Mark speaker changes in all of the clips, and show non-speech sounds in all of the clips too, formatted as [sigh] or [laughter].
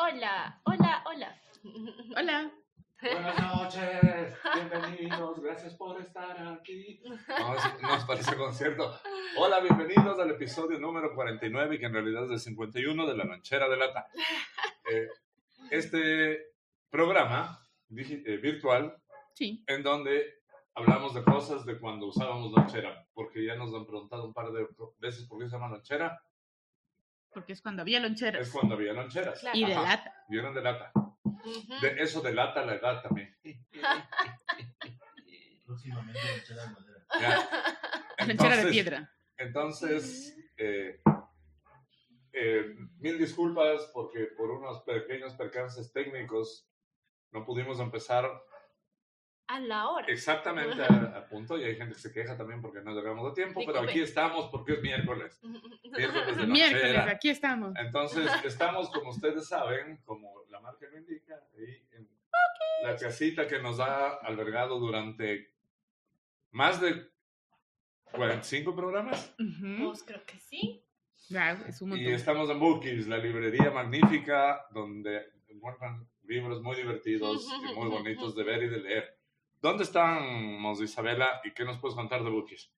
Speaker 1: Hola, hola, hola.
Speaker 2: Hola.
Speaker 3: Buenas noches, bienvenidos, gracias por estar aquí. No, es- no es para ese concierto. Hola, bienvenidos al episodio número 49, que en realidad es el 51 de La Lanchera de Lata. Eh, este programa digi- eh, virtual
Speaker 2: Sí.
Speaker 3: en donde hablamos de cosas de cuando usábamos lanchera, porque ya nos han preguntado un par de veces por qué se llama lanchera.
Speaker 2: Porque es cuando había loncheras.
Speaker 3: Es cuando había lancheras.
Speaker 1: Claro.
Speaker 2: Y de
Speaker 3: Ajá.
Speaker 2: lata.
Speaker 3: Y eran de lata.
Speaker 1: Ujú.
Speaker 3: De, eso delata la edad también.
Speaker 4: Próximamente lonchera de madera. [laughs]
Speaker 3: Ya.
Speaker 2: Lonchera de
Speaker 3: Entonces,
Speaker 2: piedra.
Speaker 3: Entonces, eh, eh, mil disculpas porque por unos pequeños percances técnicos no pudimos empezar
Speaker 1: A la hora.
Speaker 3: eh, exactamente a, a punto y hay gente que se queja también porque no llegamos a tiempo, pero
Speaker 1: Disculpe.
Speaker 3: aquí estamos porque es miércoles. Miércoles de
Speaker 2: Miércoles,
Speaker 3: lonchera.
Speaker 2: aquí estamos.
Speaker 3: Entonces, estamos, como ustedes saben, como la marca lo indica, ahí en la casita que nos ha albergado durante más de 45 programas.
Speaker 2: Ujú.
Speaker 1: Pues creo que sí.
Speaker 2: Guau, es un
Speaker 3: Eh, Y
Speaker 2: montón.
Speaker 3: estamos en Bookies, la librería magnífica donde encuentran libros muy divertidos y muy bonitos de ver y de leer. ¿Dónde estamos, Isabela? ¿Y qué nos puedes contar de Bookies?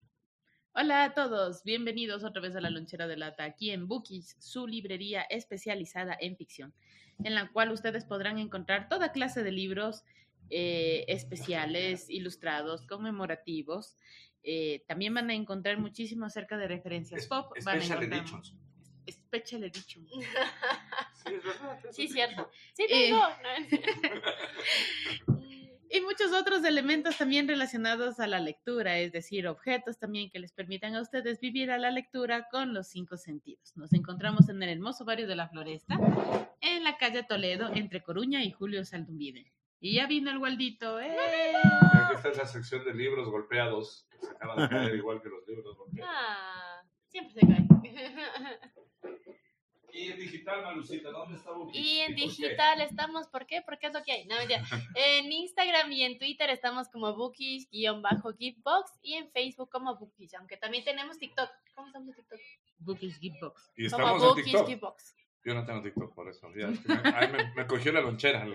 Speaker 2: Hola a todos, bienvenidos otra vez a la lonchera de lata aquí en Bookies, su librería especializada en ficción, en la cual ustedes podrán encontrar toda clase de libros eh, especiales, ilustrados, conmemorativos. Eh, también van a encontrar muchísimo acerca de referencias pop. van a
Speaker 3: Special
Speaker 2: encontrar-
Speaker 3: Editions.
Speaker 2: Special Edition.
Speaker 3: [laughs] Sí, es verdad.
Speaker 1: Sí, cierto. Sí,
Speaker 2: Eh.
Speaker 3: [laughs]
Speaker 1: tengo. [laughs] ¿no?
Speaker 2: Y muchos otros elementos también relacionados a la lectura, es decir, objetos también que les permitan a ustedes vivir a la lectura con los cinco sentidos. Nos encontramos en el hermoso barrio de la Floresta, en la calle Toledo, entre Coruña y Julio Saldumbide. Y ya vino el gualdito. ¡eh!
Speaker 3: Aquí está la sección de libros golpeados, que se acaban de caer igual que los libros golpeados.
Speaker 1: Ah, siempre se cae.
Speaker 3: [laughs] Y en digital, Malucita, ¿dónde está Bookies?
Speaker 1: Y en
Speaker 3: por qué?
Speaker 1: digital estamos, ¿por qué? Porque es lo que hay. No, mentira. En Instagram y en Twitter estamos como bookish-giftbox y en Facebook como bookish, aunque también tenemos TikTok. ¿Cómo estamos en TikTok?
Speaker 2: Bookish Gift Box.
Speaker 3: Y
Speaker 1: Como
Speaker 3: estamos en TikTok.
Speaker 1: bookish-giftbox.
Speaker 3: Yo no tengo TikTok, por eso. Ya, es que me, ay, me- me cogió la lonchera. [laughs] La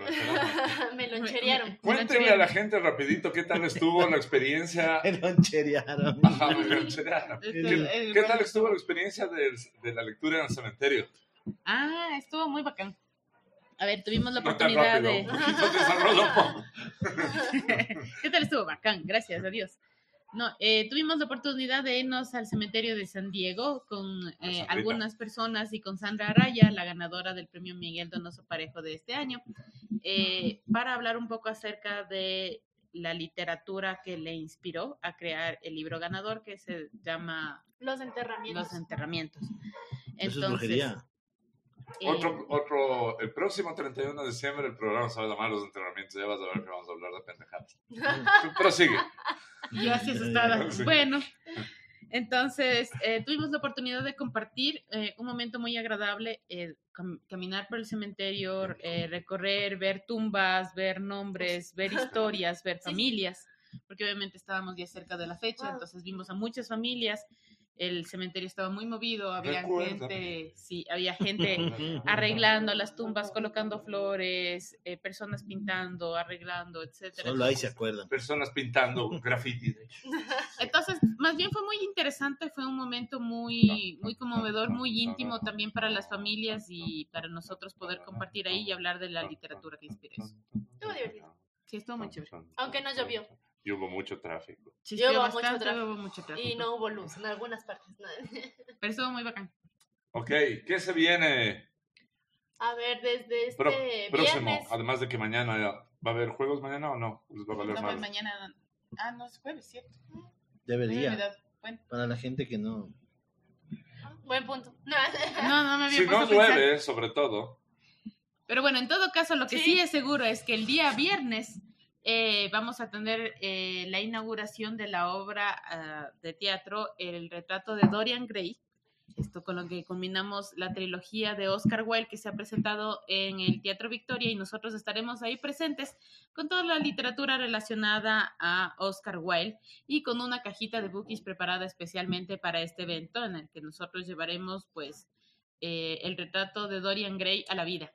Speaker 1: [laughs]
Speaker 3: lonchera.
Speaker 1: Me loncherearon.
Speaker 3: Cuéntenle a la gente rapidito qué tal estuvo la experiencia.
Speaker 4: Me loncherearon.
Speaker 3: Ajá, me [laughs] loncherearon.
Speaker 2: Esto-
Speaker 3: ¿Qué,
Speaker 2: el
Speaker 3: qué
Speaker 2: gual-
Speaker 3: tal estuvo la experiencia del- de, la lectura en el cementerio?
Speaker 2: Ah, estuvo muy bacán. A ver, tuvimos la
Speaker 3: No tan
Speaker 2: oportunidad
Speaker 3: rápido,
Speaker 2: de...
Speaker 3: un poquito de desarrollo.
Speaker 2: [laughs] ¿Qué tal estuvo? Bacán, gracias a Dios. No, eh, tuvimos la oportunidad de irnos al cementerio de San Diego con eh,
Speaker 3: Sandrita.
Speaker 2: algunas personas y con Sandra Araya, la ganadora del premio Miguel Donoso Parejo de este año, eh, para hablar un poco acerca de la literatura que le inspiró a crear el libro ganador que se llama
Speaker 1: Los enterramientos.
Speaker 2: Los enterramientos.
Speaker 4: Eso es brujería.
Speaker 2: eh,
Speaker 3: [laughs] Otro, otro, el próximo 31 de diciembre el programa se va a llamar Los Entrenamientos. Ya vas a ver que vamos a hablar de pendejadas.
Speaker 2: [laughs]
Speaker 3: Prosigue.
Speaker 4: [laughs]
Speaker 2: Yo así asustada.
Speaker 3: Sí.
Speaker 2: Bueno, entonces eh, tuvimos la oportunidad de compartir eh, un momento muy agradable, eh, cam- caminar por el cementerio, eh, recorrer, ver tumbas, ver nombres, ver historias, ver
Speaker 1: sí.
Speaker 2: familias, porque obviamente estábamos ya cerca de la fecha,
Speaker 1: Claro.
Speaker 2: entonces vimos a muchas familias, el cementerio estaba muy movido, había
Speaker 3: Recuérdame.
Speaker 2: gente, sí, había gente
Speaker 3: [laughs]
Speaker 2: arreglando las tumbas, colocando flores, eh, personas pintando, arreglando, etcétera.
Speaker 4: Solo ahí se acuerdan.
Speaker 3: Personas pintando graffiti. de hecho.
Speaker 2: Entonces, más bien fue muy interesante, fue un momento muy, muy conmovedor, muy íntimo también para las familias y para nosotros poder compartir ahí y hablar de la literatura que inspira eso.
Speaker 1: Estuvo divertido.
Speaker 2: Sí, estuvo muy chévere.
Speaker 1: Aunque no llovió.
Speaker 3: Y hubo mucho tráfico.
Speaker 2: Sí,
Speaker 1: Yo
Speaker 2: estuvo
Speaker 1: hubo mucho
Speaker 2: bastante,
Speaker 1: tráfico.
Speaker 2: hubo mucho tráfico.
Speaker 1: Y no hubo luz en algunas partes. ¿no?
Speaker 2: Pero estuvo muy bacán.
Speaker 3: Ok, ¿qué se viene
Speaker 1: A ver, desde este
Speaker 3: Pro- próximo?
Speaker 1: viernes.
Speaker 3: Además de que mañana ya- va a haber juegos mañana o no? Les va a valer
Speaker 2: No, pues
Speaker 3: madre.
Speaker 2: mañana. Ah, no, es jueves, ¿cierto?
Speaker 4: Debería.
Speaker 2: Navidad. Bueno,
Speaker 4: Para la gente que no.
Speaker 1: Buen punto. [laughs]
Speaker 2: no, no me había
Speaker 3: Si
Speaker 2: puesto
Speaker 3: no
Speaker 2: a pensar.
Speaker 3: llueve, sobre todo,
Speaker 2: Pero bueno, en todo caso, lo que sí,
Speaker 1: Sí.
Speaker 2: es seguro es que el día viernes eh, vamos a tener eh, la inauguración de la obra ah, de teatro El retrato de Dorian Gray. Esto con lo que combinamos la trilogía de Oscar Wilde que se ha presentado en el Teatro Victoria y nosotros estaremos ahí presentes con toda la literatura relacionada a Oscar Wilde y con una cajita de bookies preparada especialmente para este evento en el que nosotros llevaremos pues eh, el retrato de Dorian Gray a la vida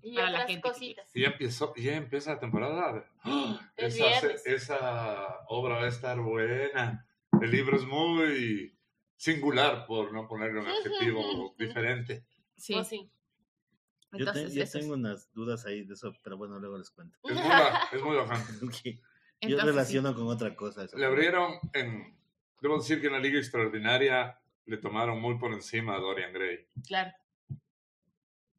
Speaker 1: Y
Speaker 2: Para la
Speaker 1: otras
Speaker 2: gente que
Speaker 1: cositas.
Speaker 3: Y ya, empezó, ya empieza la [gasps] temporada. ¡Ah!
Speaker 1: El
Speaker 3: Esa,
Speaker 1: viernes.
Speaker 3: se- esa obra va a estar buena. El libro es muy singular, por no ponerle
Speaker 1: [laughs]
Speaker 3: un adjetivo diferente.
Speaker 2: Sí.
Speaker 1: Oh, sí.
Speaker 4: Yo, te-
Speaker 2: Entonces,
Speaker 4: yo
Speaker 2: eso es.
Speaker 4: tengo unas dudas ahí de eso, pero bueno, luego les cuento. [laughs]
Speaker 1: [laughs]
Speaker 3: Es muy, ba- es muy bajante.
Speaker 4: Porque yo
Speaker 2: Entonces, sí.
Speaker 4: relaciono con otra cosa. eso.
Speaker 3: Le abrieron en... Debo decir que en la Liga Extraordinaria le tomaron muy por encima a Dorian Gray,
Speaker 2: Claro.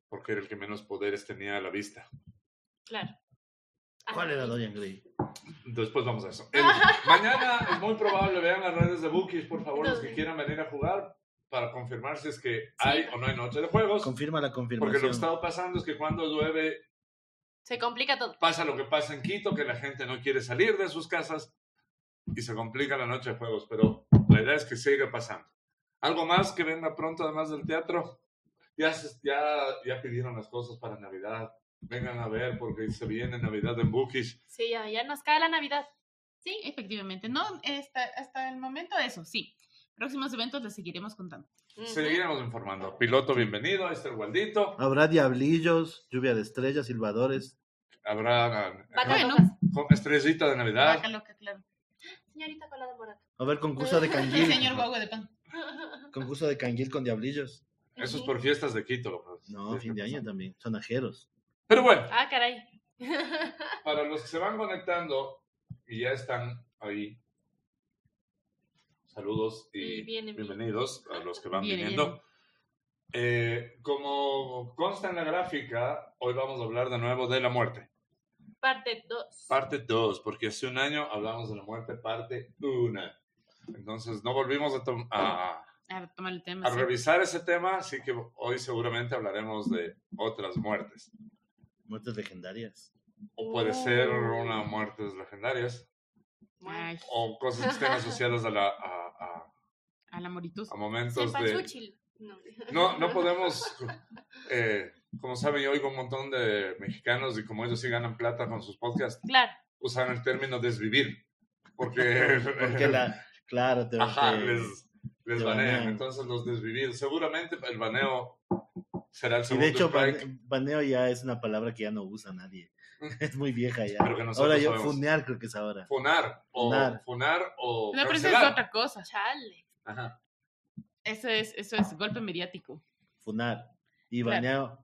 Speaker 3: porque era el que menos poderes tenía a la vista.
Speaker 1: Claro. Ajá.
Speaker 4: ¿Cuál era Dorian Gray?
Speaker 3: Después vamos a eso. El- mañana es muy probable, vean las redes de Bookies, por favor, los que quieran venir a jugar, para confirmar si es que hay o no hay noche de juegos.
Speaker 4: Confirma la
Speaker 3: Porque
Speaker 4: confirmación.
Speaker 3: lo que ha estado pasando es que cuando llueve
Speaker 1: Se complica todo.
Speaker 3: pasa lo que pasa en Quito, que la gente no quiere salir de sus casas y se complica la noche de juegos, pero la idea es que siga pasando. Algo más que venga pronto, además del teatro. Ya, se- ya, ya pidieron las cosas para Navidad. Vengan a ver porque se viene Navidad en Bookish.
Speaker 1: Sí, ya, ya nos cae la Navidad.
Speaker 2: Sí, efectivamente. No, hasta, hasta el momento eso, sí. Próximos eventos les seguiremos contando.
Speaker 1: Ujú.
Speaker 3: Seguiremos informando. Piloto, bienvenido. Ahí está el Waldito.
Speaker 4: Habrá diablillos, lluvia de estrellas, silbadores.
Speaker 3: Habrá eh,
Speaker 4: Ah,
Speaker 1: Vaca
Speaker 2: Bueno.
Speaker 1: locas.
Speaker 3: con estrellita de Navidad.
Speaker 2: Vaca loca, claro.
Speaker 1: Señorita colada morada.
Speaker 4: Va a haber
Speaker 2: [laughs]
Speaker 4: concurso de
Speaker 2: El
Speaker 4: canguil.
Speaker 2: señor guagua de pan.
Speaker 4: concurso de canguil con diablillos.
Speaker 3: [laughs] Eso es por fiestas de Quito.
Speaker 4: No, fin de año también. Sonajeros.
Speaker 3: Pero bueno,
Speaker 1: [laughs] Ah, caray.
Speaker 3: para los que se van conectando y ya están ahí, saludos y
Speaker 1: Y vienen, vienen.
Speaker 3: bienvenidos a los que van
Speaker 2: Vienen,
Speaker 3: viniendo. Eh, como consta en la gráfica, hoy vamos a hablar de nuevo de la muerte,
Speaker 1: Parte 2.
Speaker 3: parte 2, porque hace un año hablamos de la muerte, parte 1. Entonces no volvimos a, tom- a-
Speaker 2: A tomar el tema.
Speaker 3: a
Speaker 2: sí.
Speaker 3: revisar ese tema, así que hoy seguramente hablaremos de otras muertes. [laughs]
Speaker 4: Muertes legendarias.
Speaker 3: O puede ser
Speaker 4: Oh.
Speaker 1: Uh.
Speaker 3: una muertes legendarias,
Speaker 2: Ay,
Speaker 3: o cosas que
Speaker 4: [laughs]
Speaker 3: estén asociadas a, la, a, a-
Speaker 2: a la moritus.
Speaker 3: a momentos de...
Speaker 1: Cepasuchil. No.
Speaker 3: eh,
Speaker 1: [laughs]
Speaker 3: No, no podemos... eh, como saben, yo oigo un montón de mexicanos y como ellos sí ganan plata con sus podcasts,
Speaker 1: Claro.
Speaker 3: usan el término desvivir. Porque...
Speaker 4: [laughs]
Speaker 3: [laughs]
Speaker 4: Porque la. Claro, te,
Speaker 3: Ajá,
Speaker 4: te-
Speaker 3: les, les
Speaker 4: te
Speaker 3: banean.
Speaker 4: banean.
Speaker 3: Entonces los desvivir. Seguramente el baneo será el
Speaker 4: Y de
Speaker 3: segundo
Speaker 4: hecho,
Speaker 3: strike.
Speaker 4: bane- baneo ya es una palabra que ya no usa nadie. [laughs] Es muy vieja ya.
Speaker 3: Mm. Pero que nosotros
Speaker 4: Ahora yo,
Speaker 3: sabemos.
Speaker 4: funear creo que es ahora.
Speaker 3: Funar o funar,
Speaker 4: Funar.
Speaker 3: o
Speaker 2: No, pero eso es
Speaker 3: cancelar.
Speaker 2: otra cosa.
Speaker 3: [laughs]
Speaker 1: Chale.
Speaker 3: Ajá.
Speaker 2: Eso es, eso es golpe mediático.
Speaker 4: Funar. Y
Speaker 2: Claro.
Speaker 4: baneo.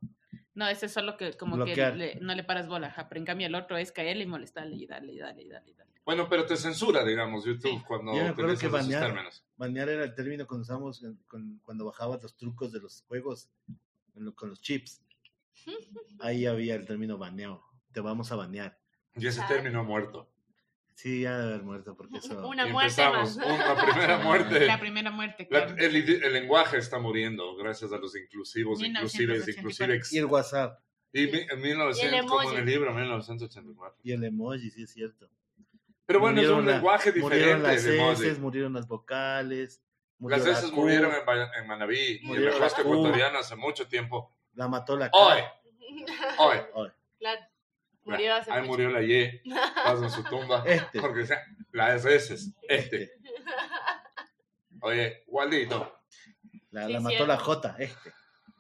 Speaker 2: No, ese es solo que como
Speaker 4: Bloquear.
Speaker 2: que le- no le paras bola, ajá, pero en cambio el otro es caerle y molestarle y darle y darle y darle y darle.
Speaker 3: Bueno, pero te censura, digamos, YouTube cuando
Speaker 4: Yo me acuerdo
Speaker 3: utilizas
Speaker 4: que
Speaker 3: esos
Speaker 4: banear-
Speaker 3: términos.
Speaker 4: Banear era el término que usamos en- con- cuando bajabas los trucos de los juegos en lo- con
Speaker 3: [laughs]
Speaker 4: los chips. Ahí había el término baneo. Te vamos a banear.
Speaker 3: Y ese
Speaker 1: Ah.
Speaker 3: término ha muerto.
Speaker 4: Sí, ya debe haber muerto porque eso.
Speaker 1: Una
Speaker 3: Y
Speaker 1: muerte
Speaker 3: empezamos.
Speaker 1: más.
Speaker 3: Una
Speaker 1: [laughs]
Speaker 3: primera muerte.
Speaker 2: La primera muerte,
Speaker 3: La-
Speaker 2: claro.
Speaker 3: el, idi- el lenguaje está muriendo gracias a los inclusivos, inclusives,
Speaker 2: 1984.
Speaker 4: Y el
Speaker 3: inclusives.
Speaker 4: WhatsApp
Speaker 3: Y mi- en 1900,
Speaker 1: Y el
Speaker 3: como en
Speaker 1: emoji.
Speaker 3: el libro, 1984.
Speaker 4: y el emoji, sí es cierto.
Speaker 3: Pero bueno, es
Speaker 4: Murieron
Speaker 3: un
Speaker 4: la-
Speaker 3: lenguaje
Speaker 4: Murieron
Speaker 3: diferente.
Speaker 4: las
Speaker 3: el emoji.
Speaker 4: heces, murieron las vocales. murió
Speaker 3: las
Speaker 4: la
Speaker 3: heces
Speaker 4: Q,
Speaker 3: murieron en, Ba- en Manabí, y en
Speaker 4: Murió
Speaker 3: la
Speaker 4: la
Speaker 3: costa
Speaker 4: Q.
Speaker 3: ecuatoriana hace mucho tiempo.
Speaker 4: La mató la
Speaker 3: Hoy,
Speaker 4: cara.
Speaker 3: hoy.
Speaker 1: Claro. [laughs] Murió hace
Speaker 3: Ahí
Speaker 1: mucho.
Speaker 3: murió la Y, paz en su tumba.
Speaker 4: Este.
Speaker 3: Porque sea, las heces, este. Oye, Waldito,
Speaker 4: La,
Speaker 1: Sí,
Speaker 4: la
Speaker 1: es
Speaker 4: mató
Speaker 1: cierto.
Speaker 4: la J, este.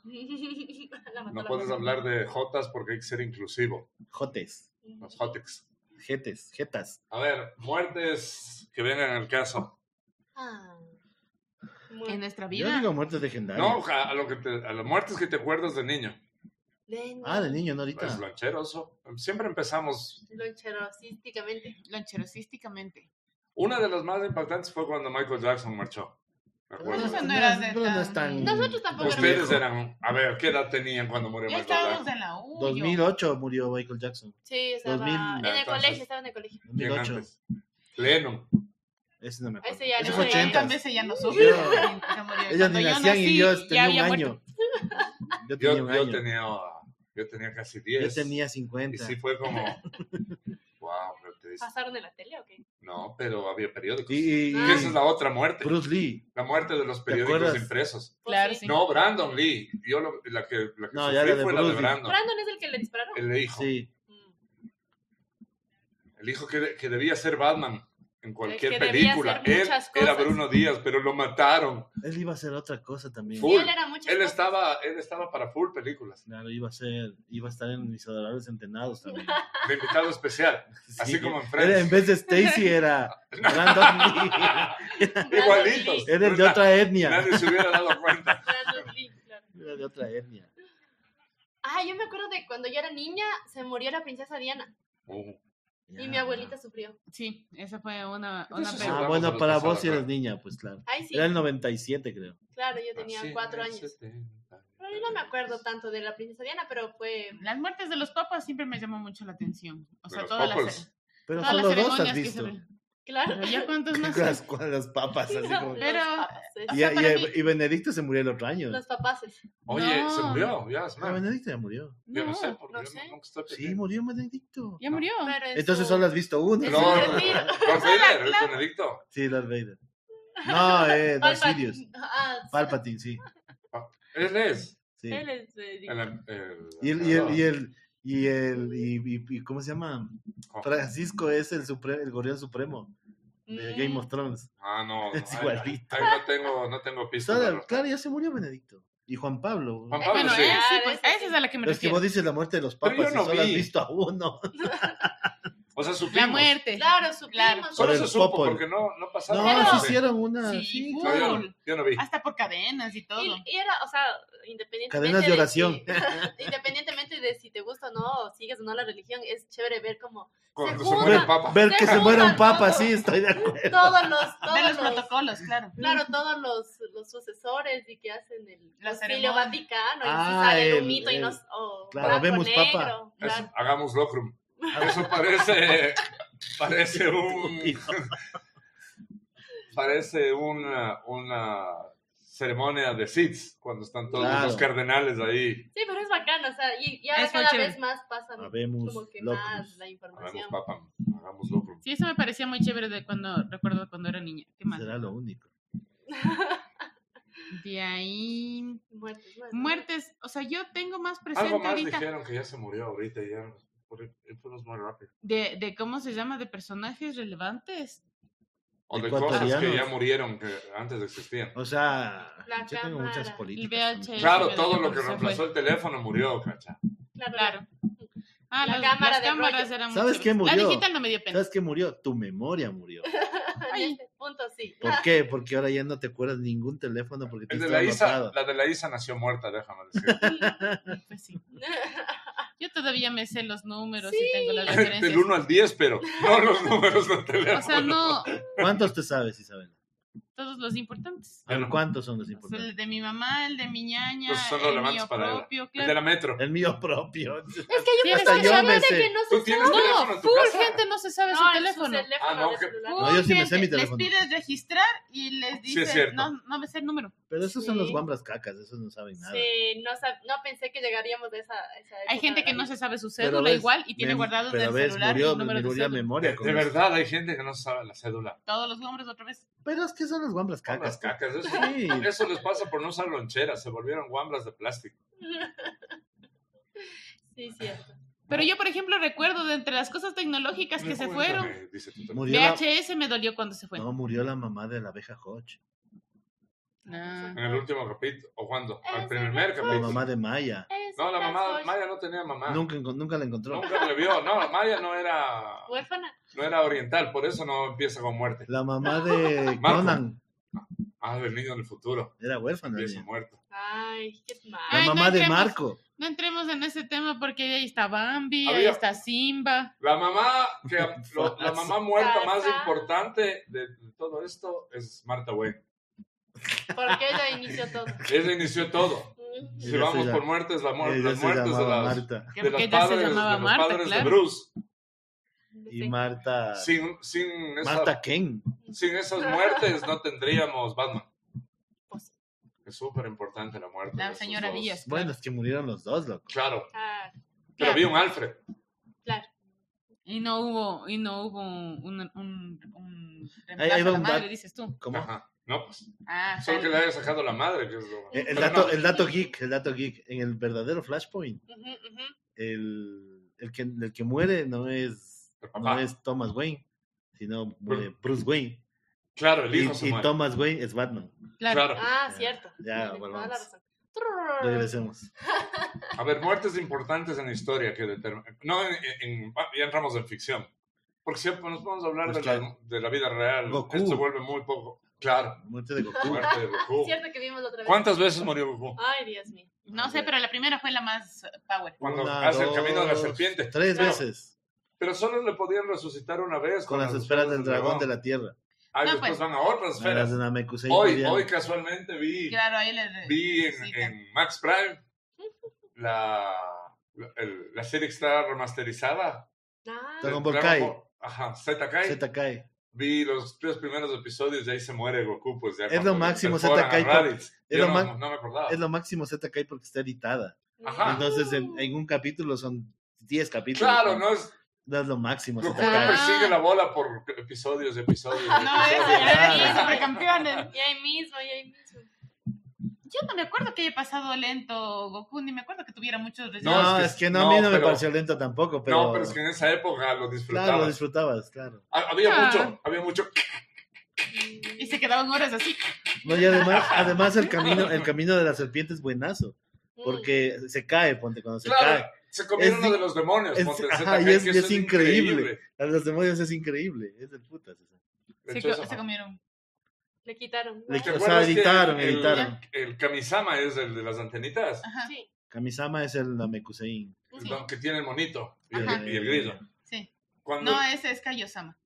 Speaker 1: [laughs] La mató
Speaker 3: no
Speaker 1: la
Speaker 3: puedes
Speaker 1: muerte.
Speaker 3: hablar de jotas porque hay que ser inclusivo.
Speaker 4: Jotes.
Speaker 3: Los jotex.
Speaker 4: Jetes, jetas.
Speaker 3: A ver, muertes que vengan al caso.
Speaker 1: Ah.
Speaker 2: En
Speaker 1: Muerte.
Speaker 2: nuestra
Speaker 4: Yo
Speaker 2: vida.
Speaker 4: digo muertes legendarias.
Speaker 3: No, a, a lo que te- a las muertes que te acuerdas de niño.
Speaker 4: Ah, de niño, no ahorita.
Speaker 3: Es loncheroso. Siempre empezamos.
Speaker 1: Loncherosísticamente.
Speaker 2: Loncherosísticamente.
Speaker 3: Una de las más impactantes fue cuando Michael Jackson marchó. Me acuerdo.
Speaker 2: Nosotros no era de
Speaker 4: pero no
Speaker 2: tan-
Speaker 4: es tan-
Speaker 1: Nosotros tampoco
Speaker 3: Ustedes eran, a ver, ¿qué edad tenían cuando murió
Speaker 2: Ya
Speaker 3: Michael
Speaker 2: estábamos
Speaker 3: Jackson?
Speaker 2: en la U. yo.
Speaker 4: 2008 murió Michael Jackson.
Speaker 1: Sí, estaba
Speaker 4: 2000.
Speaker 1: en el
Speaker 3: Entonces-
Speaker 1: colegio, estaba en el colegio.
Speaker 3: ¿Quién
Speaker 4: 2008.
Speaker 3: antes? Lennon.
Speaker 4: Ese no me acuerdo.
Speaker 1: Ese ya
Speaker 4: Ese
Speaker 1: no
Speaker 4: fue
Speaker 1: sé.
Speaker 2: Pero
Speaker 4: 80.
Speaker 2: también se ya no
Speaker 4: [laughs]
Speaker 2: supe.
Speaker 4: Yo-
Speaker 2: Se murió.
Speaker 4: Ellos
Speaker 2: Cuando
Speaker 4: ni
Speaker 2: yo
Speaker 4: nacían
Speaker 2: nací,
Speaker 4: y yo
Speaker 2: ya
Speaker 4: tenía un
Speaker 2: había muerto.
Speaker 4: año. [laughs] Yo
Speaker 3: Yo,
Speaker 4: tenía un
Speaker 3: yo
Speaker 4: año.
Speaker 3: tenía, yo tenía casi
Speaker 4: Yo
Speaker 3: 10.
Speaker 4: tenía
Speaker 3: Y
Speaker 4: 50.
Speaker 3: sí fue como,
Speaker 4: [laughs]
Speaker 3: wow, pero te dices,
Speaker 1: ¿Pasaron de la tele o qué?
Speaker 3: no, pero había periódicos.
Speaker 4: Y, y- y-
Speaker 2: Ah.
Speaker 3: Que esa es la otra muerte,
Speaker 4: Bruce Lee.
Speaker 3: la muerte de los periódicos
Speaker 4: acuerdas?
Speaker 3: impresos.
Speaker 1: Pues
Speaker 2: Claro, sí.
Speaker 3: No, Brandon Lee. Yo lo- la que, la que
Speaker 4: No,
Speaker 3: sufrí
Speaker 4: ya la de
Speaker 3: fue la de
Speaker 4: Bruce Lee.
Speaker 3: Brandon.
Speaker 1: Brandon es el que le dispararon.
Speaker 3: El hijo.
Speaker 4: Sí.
Speaker 1: Mm.
Speaker 3: El hijo que, que debía ser Batman. en cualquier
Speaker 1: que debía
Speaker 3: película.
Speaker 1: hacer
Speaker 3: Él
Speaker 1: muchas
Speaker 3: era
Speaker 1: cosas.
Speaker 3: Bruno Díaz, pero lo mataron.
Speaker 4: Él iba a hacer otra cosa también.
Speaker 1: Y
Speaker 3: Full.
Speaker 1: él era mucho.
Speaker 3: Él estaba, él estaba para full películas.
Speaker 4: Claro, iba a ser, iba a estar en mis adorables entrenados también.
Speaker 3: De invitado especial. Así como en Friends.
Speaker 4: Era- en vez de Stacy
Speaker 3: [laughs]
Speaker 4: era Brandon Lee.
Speaker 3: Igualitos.
Speaker 4: Era el de otra
Speaker 3: [laughs]
Speaker 4: etnia.
Speaker 3: Pues Nadie se hubiera dado cuenta.
Speaker 4: Era de otra etnia.
Speaker 1: Ah, yo me acuerdo de cuando yo era niña, se murió la princesa Diana
Speaker 3: Uh,
Speaker 1: y mi abuelita sufrió.
Speaker 2: Sí, esa fue una,
Speaker 3: Entonces,
Speaker 2: una
Speaker 3: sí,
Speaker 2: pena.
Speaker 4: Ah,
Speaker 3: Vamos a
Speaker 4: bueno,
Speaker 3: los
Speaker 4: para
Speaker 3: pasados,
Speaker 4: vos si eres
Speaker 3: ¿no?
Speaker 4: niña, pues claro.
Speaker 1: Ay, sí,
Speaker 4: Era el 97, creo.
Speaker 1: claro, yo tenía
Speaker 3: Ah,
Speaker 1: cuatro años. Pero yo no me acuerdo tanto de la princesa Diana, pero fue...
Speaker 2: Las muertes de los papas siempre me llamó mucho la atención. O sea,
Speaker 3: los
Speaker 2: todas las,
Speaker 3: popos.
Speaker 4: Pero
Speaker 2: todas las
Speaker 4: solo dos has
Speaker 2: ceremonias que se
Speaker 4: visto. [laughs]
Speaker 2: ven.
Speaker 1: Claro. [laughs]
Speaker 2: Pero ya
Speaker 3: [laughs]
Speaker 2: cuántos más.
Speaker 4: Las, con las papas, así como.
Speaker 2: Pero-
Speaker 1: Los papas, eh.
Speaker 4: Y, e,
Speaker 2: sea, para mí-
Speaker 4: y- y Benedicto se murió el otro año.
Speaker 1: Los papaces.
Speaker 3: Oye,
Speaker 2: No.
Speaker 3: se murió. Ya, es
Speaker 4: Ah,
Speaker 3: más.
Speaker 4: Benedicto ya murió.
Speaker 3: Yo no
Speaker 2: No,
Speaker 3: sé, porque
Speaker 1: no
Speaker 3: yo
Speaker 1: sé.
Speaker 3: nunca estoy
Speaker 4: Sí,
Speaker 3: pendiente.
Speaker 4: murió Benedicto.
Speaker 2: Ya murió.
Speaker 1: Pero en
Speaker 4: Entonces
Speaker 1: su-
Speaker 4: solo has visto uno.
Speaker 1: en su
Speaker 3: No, no, no.
Speaker 1: retiro.
Speaker 3: Darth Vader, es Benedicto.
Speaker 4: Sí, Darth Vader.
Speaker 1: [laughs]
Speaker 4: No, eh, Darth
Speaker 1: Palpa-
Speaker 4: Sidious.
Speaker 1: Ah, sí.
Speaker 4: Palpatine, sí.
Speaker 3: Él es.
Speaker 4: sí.
Speaker 1: Él es, eh,
Speaker 3: El, el-
Speaker 4: Y el, y el, y el, y el, y, y- y- ¿cómo se llama?
Speaker 3: Oh.
Speaker 4: Francisco es el, supre- el gorrión supremo de
Speaker 1: mm,
Speaker 4: Game of Thrones.
Speaker 3: Ah, no. no,
Speaker 4: [laughs] Es
Speaker 3: ahí-
Speaker 4: igualito.
Speaker 3: ahí no tengo, no tengo pista. de
Speaker 4: Claro,
Speaker 3: los-
Speaker 4: claro, ya se murió Benedicto. Y Juan Pablo.
Speaker 3: Juan Pablo,
Speaker 2: Bueno,
Speaker 3: sí.
Speaker 2: eh, sí, pues,
Speaker 1: Ese
Speaker 2: a
Speaker 1: sí.
Speaker 2: esa es a la que me
Speaker 4: Pero es que vos
Speaker 2: refiero.
Speaker 4: dices la muerte de los
Speaker 3: Pero yo
Speaker 4: papas y
Speaker 3: no
Speaker 4: solo has
Speaker 3: vi.
Speaker 4: visto
Speaker 1: [laughs]
Speaker 4: a uno.
Speaker 3: O sea, supimos.
Speaker 2: La muerte.
Speaker 1: Claro, supimos.
Speaker 2: Claro.
Speaker 3: Solo
Speaker 4: Por
Speaker 3: se
Speaker 4: el
Speaker 3: supo
Speaker 4: Popol.
Speaker 3: porque no, no
Speaker 4: No,
Speaker 3: pasaron.
Speaker 1: Pero-
Speaker 4: se
Speaker 3: no,
Speaker 4: hicieron una.
Speaker 2: Sí,
Speaker 4: sí,
Speaker 2: full.
Speaker 3: No, yo,
Speaker 4: claro.
Speaker 3: no- yo no vi.
Speaker 2: Hasta por cadenas y todo.
Speaker 1: Y, y era, o sea, independientemente.
Speaker 4: Cadenas de
Speaker 1: si-
Speaker 4: oración. [laughs]
Speaker 1: independientemente de si te gusta o no, o sigues o no la religión, es chévere ver como
Speaker 3: Cuando se
Speaker 1: Segunda.
Speaker 3: muere
Speaker 4: Ver,
Speaker 3: el Papa.
Speaker 4: ver
Speaker 1: Se
Speaker 4: que se muera un
Speaker 1: juntan
Speaker 4: papa,
Speaker 1: todos.
Speaker 4: sí, estoy [laughs] de acuerdo.
Speaker 1: todos los. Todos
Speaker 2: de los
Speaker 1: los-
Speaker 2: protocolos, claro.
Speaker 1: Claro, todos los, los sucesores y que hacen el
Speaker 2: La
Speaker 1: Concilio
Speaker 2: ceremonia.
Speaker 1: Vaticano y
Speaker 4: Ah,
Speaker 1: si sale
Speaker 4: el-
Speaker 1: un mito y
Speaker 4: el-
Speaker 1: nos. o
Speaker 4: claro,
Speaker 1: blanco,
Speaker 4: vemos
Speaker 1: negro,
Speaker 4: papa.
Speaker 1: claro.
Speaker 3: Eso, hagamos locrum. Eso parece, [laughs] parece un,
Speaker 4: [laughs]
Speaker 3: parece una, una ceremonia de SIDS, cuando están todos
Speaker 4: Claro.
Speaker 3: los cardenales ahí.
Speaker 1: Sí, pero es bacano, o sea, y, y ahora
Speaker 2: Es muy
Speaker 1: cada
Speaker 2: chévere.
Speaker 1: vez más pasan
Speaker 4: Habemos
Speaker 1: como que más
Speaker 4: locos.
Speaker 1: la
Speaker 3: Hagamos
Speaker 1: información.
Speaker 3: Papa, hagamos locrum.
Speaker 2: Sí, eso me parecía muy chévere de cuando recuerdo cuando era niña. Qué mal.
Speaker 4: Será lo único.
Speaker 2: De ahí.
Speaker 1: Muertes, muertes.
Speaker 2: Muertes, o sea, yo tengo más presente
Speaker 3: Algo más
Speaker 2: ahorita
Speaker 3: dijeron que ya se murió ahorita y ya por- y fuimos muy rápido.
Speaker 2: de, de cómo se llama, de personajes relevantes.
Speaker 3: O de cosas
Speaker 4: Ecuatorianos.
Speaker 3: que ya murieron, que antes existían.
Speaker 4: O sea,
Speaker 1: La
Speaker 4: yo tengo
Speaker 1: cámara.
Speaker 4: muchas
Speaker 1: El
Speaker 4: políticas.
Speaker 2: VHS.
Speaker 4: también.
Speaker 3: Claro,
Speaker 2: pero
Speaker 3: todo
Speaker 2: ya
Speaker 3: lo que
Speaker 2: cuando se
Speaker 3: reemplazó
Speaker 2: fue.
Speaker 3: el teléfono murió,
Speaker 4: [laughs]
Speaker 3: cacha.
Speaker 1: Claro,
Speaker 2: Claro. Ah,
Speaker 1: La
Speaker 2: los-
Speaker 1: cámara
Speaker 2: las
Speaker 1: de
Speaker 2: cámaras
Speaker 1: rollo.
Speaker 2: eran muy
Speaker 4: ¿Sabes qué
Speaker 2: chéveres.
Speaker 4: murió?
Speaker 2: La digital no me dio pena.
Speaker 4: ¿Sabes qué murió? Tu memoria murió.
Speaker 1: [laughs] En
Speaker 2: Ay.
Speaker 1: este punto sí.
Speaker 2: Ah.
Speaker 4: ¿Por qué? Porque ahora ya no te acuerdas ningún teléfono porque
Speaker 3: El de
Speaker 4: tienes todo
Speaker 3: la,
Speaker 4: anotado.
Speaker 3: Isa, la de la Isa nació muerta, déjame decir.
Speaker 2: Pues sí. Yo todavía me sé los números y tengo las
Speaker 3: [laughs] [laughs] Del
Speaker 2: referencias.
Speaker 3: 1 al 10, pero
Speaker 2: [laughs]
Speaker 3: no los números del teléfono.
Speaker 2: O sea, no
Speaker 4: ¿Cuántos te sabes, Isabel?
Speaker 2: todos los importantes.
Speaker 4: A ver,
Speaker 3: Bueno.
Speaker 4: ¿Cuántos son los
Speaker 2: O sea,
Speaker 4: importantes?
Speaker 2: el de mi mamá, el de mi ñaña,
Speaker 3: Los son
Speaker 2: el
Speaker 3: relevantes
Speaker 2: mío
Speaker 3: para ella.
Speaker 2: propio,
Speaker 3: El [laughs] de
Speaker 2: claro.
Speaker 3: la metro.
Speaker 4: El mío [laughs] propio.
Speaker 1: [laughs] Es que yo
Speaker 2: Tienes
Speaker 1: pensaba
Speaker 2: que
Speaker 1: que
Speaker 2: saber
Speaker 1: había
Speaker 4: de
Speaker 1: que no
Speaker 3: ¿Tú
Speaker 1: se
Speaker 3: tienes
Speaker 1: sabe.
Speaker 3: teléfono en tu
Speaker 2: Full
Speaker 3: casa?
Speaker 2: gente no se sabe
Speaker 1: No,
Speaker 2: su
Speaker 1: en
Speaker 2: teléfono.
Speaker 1: Su teléfono
Speaker 3: Ah, no,
Speaker 1: de
Speaker 3: que-
Speaker 1: celular.
Speaker 2: Full
Speaker 4: No, yo sí me
Speaker 2: gente.
Speaker 4: sé mi teléfono.
Speaker 2: Les pides registrar y les
Speaker 3: Sí, es
Speaker 2: dices,
Speaker 3: cierto.
Speaker 2: no, no me sé el número.
Speaker 4: Pero esos son los
Speaker 1: Sí.
Speaker 4: guambras cacas, esos no saben nada.
Speaker 1: Sí, no, sab- no pensé que llegaríamos a esa, a esa
Speaker 2: Hay
Speaker 1: época
Speaker 2: gente
Speaker 1: de
Speaker 2: que
Speaker 1: la
Speaker 2: no
Speaker 1: vida.
Speaker 2: se sabe su
Speaker 4: Pero
Speaker 2: cédula
Speaker 4: ves,
Speaker 2: igual y tiene
Speaker 4: mem-
Speaker 2: guardado en
Speaker 4: pero
Speaker 2: el
Speaker 4: ves,
Speaker 2: celular
Speaker 4: murió,
Speaker 2: el número de
Speaker 4: murió la
Speaker 2: cédula.
Speaker 3: De,
Speaker 4: memoria.
Speaker 3: de
Speaker 4: con eso.
Speaker 3: verdad, hay gente que no sabe la cédula.
Speaker 2: Todos los nombres otra vez.
Speaker 4: Pero es que son los guambras
Speaker 3: Son
Speaker 4: cacas.
Speaker 3: Las cacas. Eso,
Speaker 4: [laughs]
Speaker 3: [laughs]
Speaker 4: Sí.
Speaker 3: eso les pasa por no usar loncheras. Se volvieron guambras de plástico.
Speaker 1: Sí, cierto.
Speaker 2: Pero yo, por ejemplo, recuerdo de entre las cosas tecnológicas que se fueron,
Speaker 3: Cuéntame, dice tu teléfono.
Speaker 4: Murió la,
Speaker 2: VHS me dolió cuando se fue.
Speaker 4: no, murió la mamá de la abeja Hodge.
Speaker 2: Ah.
Speaker 3: En el último capítulo. ¿O cuándo? Al
Speaker 1: Ese
Speaker 3: primer
Speaker 1: no
Speaker 4: La
Speaker 3: capítulo.
Speaker 4: mamá de Maya.
Speaker 3: No, la mamá.
Speaker 1: Esas
Speaker 3: Maya no tenía mamá. Nunca,
Speaker 4: Nunca, encon- nunca la encontró.
Speaker 3: le vio. Ah. No, Maya no era,
Speaker 1: Huérfana.
Speaker 3: no era oriental. Por eso no empieza con muerte.
Speaker 2: [laughs]
Speaker 4: La mamá de
Speaker 3: Marco.
Speaker 4: Conan
Speaker 3: Ah, del niño en el futuro.
Speaker 4: era huérfana.
Speaker 3: Empieza
Speaker 4: ella.
Speaker 3: muerto.
Speaker 1: Ay, qué
Speaker 4: La
Speaker 1: mal.
Speaker 2: Ay, no
Speaker 4: mamá de
Speaker 2: entremos.
Speaker 4: Marco.
Speaker 2: No entremos en ese tema porque ahí está Bambi, ahí
Speaker 3: Había-
Speaker 2: está Simba.
Speaker 3: La mamá,
Speaker 4: [laughs]
Speaker 3: que, lo- la mamá muerta más
Speaker 1: Pasa.
Speaker 3: importante de, de todo esto es Marta Wayne.
Speaker 1: Porque ella inició todo.
Speaker 3: Ella inició
Speaker 4: [laughs]
Speaker 3: todo.
Speaker 1: Mm.
Speaker 3: Si
Speaker 4: Ella
Speaker 3: vamos
Speaker 4: se
Speaker 3: por
Speaker 4: llama-
Speaker 3: muertes, la muer-
Speaker 4: Ella
Speaker 3: las
Speaker 4: se
Speaker 3: muertes de
Speaker 4: llamaba
Speaker 3: las,
Speaker 4: Marta.
Speaker 2: Que
Speaker 3: de
Speaker 2: porque
Speaker 3: los
Speaker 2: ella se
Speaker 3: padres,
Speaker 2: llamaba
Speaker 3: de los
Speaker 2: Marta,
Speaker 3: padres de
Speaker 2: claro.
Speaker 3: Bruce.
Speaker 4: Y
Speaker 1: Sí.
Speaker 4: Marta.
Speaker 3: Sin, sin, esa-
Speaker 4: Marta Ken.
Speaker 3: sin esas muertes no tendríamos Batman.
Speaker 1: Pues-
Speaker 3: Es súper importante la muerte.
Speaker 2: La
Speaker 3: de esos
Speaker 2: señora
Speaker 3: dos.
Speaker 2: Díaz.
Speaker 4: Bueno, es que murieron los dos, loco.
Speaker 3: Claro,
Speaker 1: Claro,
Speaker 3: pero
Speaker 2: Claro.
Speaker 3: había un Alfred.
Speaker 1: ah, claro.
Speaker 2: Y no hubo, y no hubo un, un, un
Speaker 4: Ahí-
Speaker 2: reemplazo
Speaker 4: ahí va
Speaker 2: a la
Speaker 4: un
Speaker 2: madre,
Speaker 4: dato.
Speaker 2: dices tú.
Speaker 4: ¿Cómo?
Speaker 3: Ajá. No, pues,
Speaker 2: Ah,
Speaker 3: solo que
Speaker 2: tal.
Speaker 3: le haya sacado la madre. Que es lo-
Speaker 4: Eh, El
Speaker 3: Pero
Speaker 4: dato,
Speaker 3: no.
Speaker 4: el dato geek, el dato geek. En el verdadero Flashpoint,
Speaker 1: Ujú, ujú.
Speaker 4: el, el, que, el que muere no es,
Speaker 3: El papá.
Speaker 4: no es Thomas Wayne, sino eh, Bruce Wayne.
Speaker 3: Claro, el
Speaker 4: Y,
Speaker 3: hijo se
Speaker 4: y
Speaker 3: muere.
Speaker 4: Thomas Wayne es Batman.
Speaker 3: Claro.
Speaker 1: Ah, cierto.
Speaker 4: Ya,
Speaker 1: Tienes toda
Speaker 4: volvamos.
Speaker 1: la razón. Trrr.
Speaker 4: Regresemos.
Speaker 3: A ver, muertes importantes en la historia que determinan. No, en, en- ah, ya entramos en ficción. Porque siempre nos vamos a hablar
Speaker 4: Pues
Speaker 3: de, la, de la vida real.
Speaker 4: Goku.
Speaker 3: Esto se vuelve muy poco. Claro,
Speaker 4: Muerte de Goku.
Speaker 3: muerte de
Speaker 2: [laughs]
Speaker 3: Goku.
Speaker 1: Cierto que vimos la otra vez.
Speaker 3: ¿Cuántas veces murió Goku?
Speaker 1: Ay, Dios mío.
Speaker 2: No sé, pero la primera fue la más power.
Speaker 3: Cuando
Speaker 4: Una,
Speaker 3: hace el camino de la
Speaker 4: dos,
Speaker 3: serpiente.
Speaker 4: Tres
Speaker 3: Claro.
Speaker 4: veces.
Speaker 3: Pero solo le podían resucitar una vez.
Speaker 4: Con las esferas del dragón de la tierra.
Speaker 3: Ah, y
Speaker 2: No,
Speaker 3: después
Speaker 2: pues.
Speaker 3: van a otras
Speaker 4: A Las
Speaker 3: esferas.
Speaker 4: de Namekusei.
Speaker 3: Hoy,
Speaker 4: podían-
Speaker 3: hoy casualmente vi,
Speaker 2: Claro, ahí le
Speaker 3: vi en,
Speaker 2: resucitan.
Speaker 3: en Max Prime la, la, el- la serie que está remasterizada.
Speaker 1: Ah,
Speaker 4: Dragon
Speaker 3: de
Speaker 4: Ball Kai.
Speaker 3: Ball- Ajá, Z Kai.
Speaker 4: Zeta Kai.
Speaker 3: Vi los tres primeros episodios y ahí se muere Goku. Pues ya
Speaker 4: Es lo
Speaker 3: cuando
Speaker 4: máximo,
Speaker 3: perforan
Speaker 4: Zeta Kai,
Speaker 3: a Raditz.
Speaker 4: es
Speaker 3: Yo
Speaker 4: lo
Speaker 3: no,
Speaker 4: ma-
Speaker 3: no me acordaba.
Speaker 4: Es lo máximo Zeta Kai porque está editada.
Speaker 3: Ajá. Ah.
Speaker 4: Entonces, en, en un capítulo son 10 capítulos.
Speaker 3: Claro, no es.
Speaker 4: No es lo máximo
Speaker 3: Goku
Speaker 4: Zeta
Speaker 3: no pues,
Speaker 2: Ah.
Speaker 4: Kai.
Speaker 3: persigue la bola por episodios, episodios.
Speaker 2: No,
Speaker 3: episodios.
Speaker 2: eso ya
Speaker 4: Claro.
Speaker 2: es supercampeones.
Speaker 1: Y ahí mismo, y ahí mismo.
Speaker 2: Yo no me acuerdo que haya pasado lento Goku, ni me acuerdo que tuviera muchos
Speaker 4: No,
Speaker 2: residuos.
Speaker 3: No, es
Speaker 4: es
Speaker 3: que-
Speaker 4: que no, a mí
Speaker 3: no,
Speaker 4: no, me
Speaker 3: pero-
Speaker 4: pareció lento tampoco, pero.
Speaker 3: No, pero es que en esa época lo
Speaker 4: Claro, lo
Speaker 3: disfrutabas.
Speaker 4: disfrutabas, claro.
Speaker 3: Ha- Había
Speaker 2: Ah.
Speaker 3: mucho, había mucho.
Speaker 2: Y
Speaker 1: Mm,
Speaker 2: se quedaban horas así.
Speaker 4: No, y además, además el camino, el camino de la serpiente es buenazo, porque se cae, ponte, cuando se
Speaker 3: Claro,
Speaker 4: cae.
Speaker 3: se comieron
Speaker 4: Es
Speaker 3: uno
Speaker 4: in-
Speaker 3: de los demonios. pues,
Speaker 4: es-
Speaker 3: ponte,
Speaker 4: ajá,
Speaker 3: Zeta
Speaker 4: y
Speaker 3: Kai,
Speaker 4: es-
Speaker 3: que
Speaker 4: y
Speaker 3: eso
Speaker 4: es increíble. A los demonios es increíble, es del putas. o sea.
Speaker 3: De
Speaker 2: Se,
Speaker 3: hecho,
Speaker 2: co-
Speaker 3: esa-
Speaker 2: se comieron.
Speaker 1: Le quitaron.
Speaker 4: Le-
Speaker 1: Ah,
Speaker 3: ¿Te
Speaker 4: o sea,
Speaker 3: acuerdas que
Speaker 4: editaron,
Speaker 3: el-
Speaker 4: editaron.
Speaker 3: El Kamisama es el de las antenitas,
Speaker 2: Ajá.
Speaker 1: Sí.
Speaker 4: Kamisama es el eh, Namekusein.
Speaker 3: el don que tiene el monito y el,
Speaker 2: Ajá.
Speaker 3: y el grillo.
Speaker 2: Sí.
Speaker 3: Cuando
Speaker 2: No, ese es Kaiosama.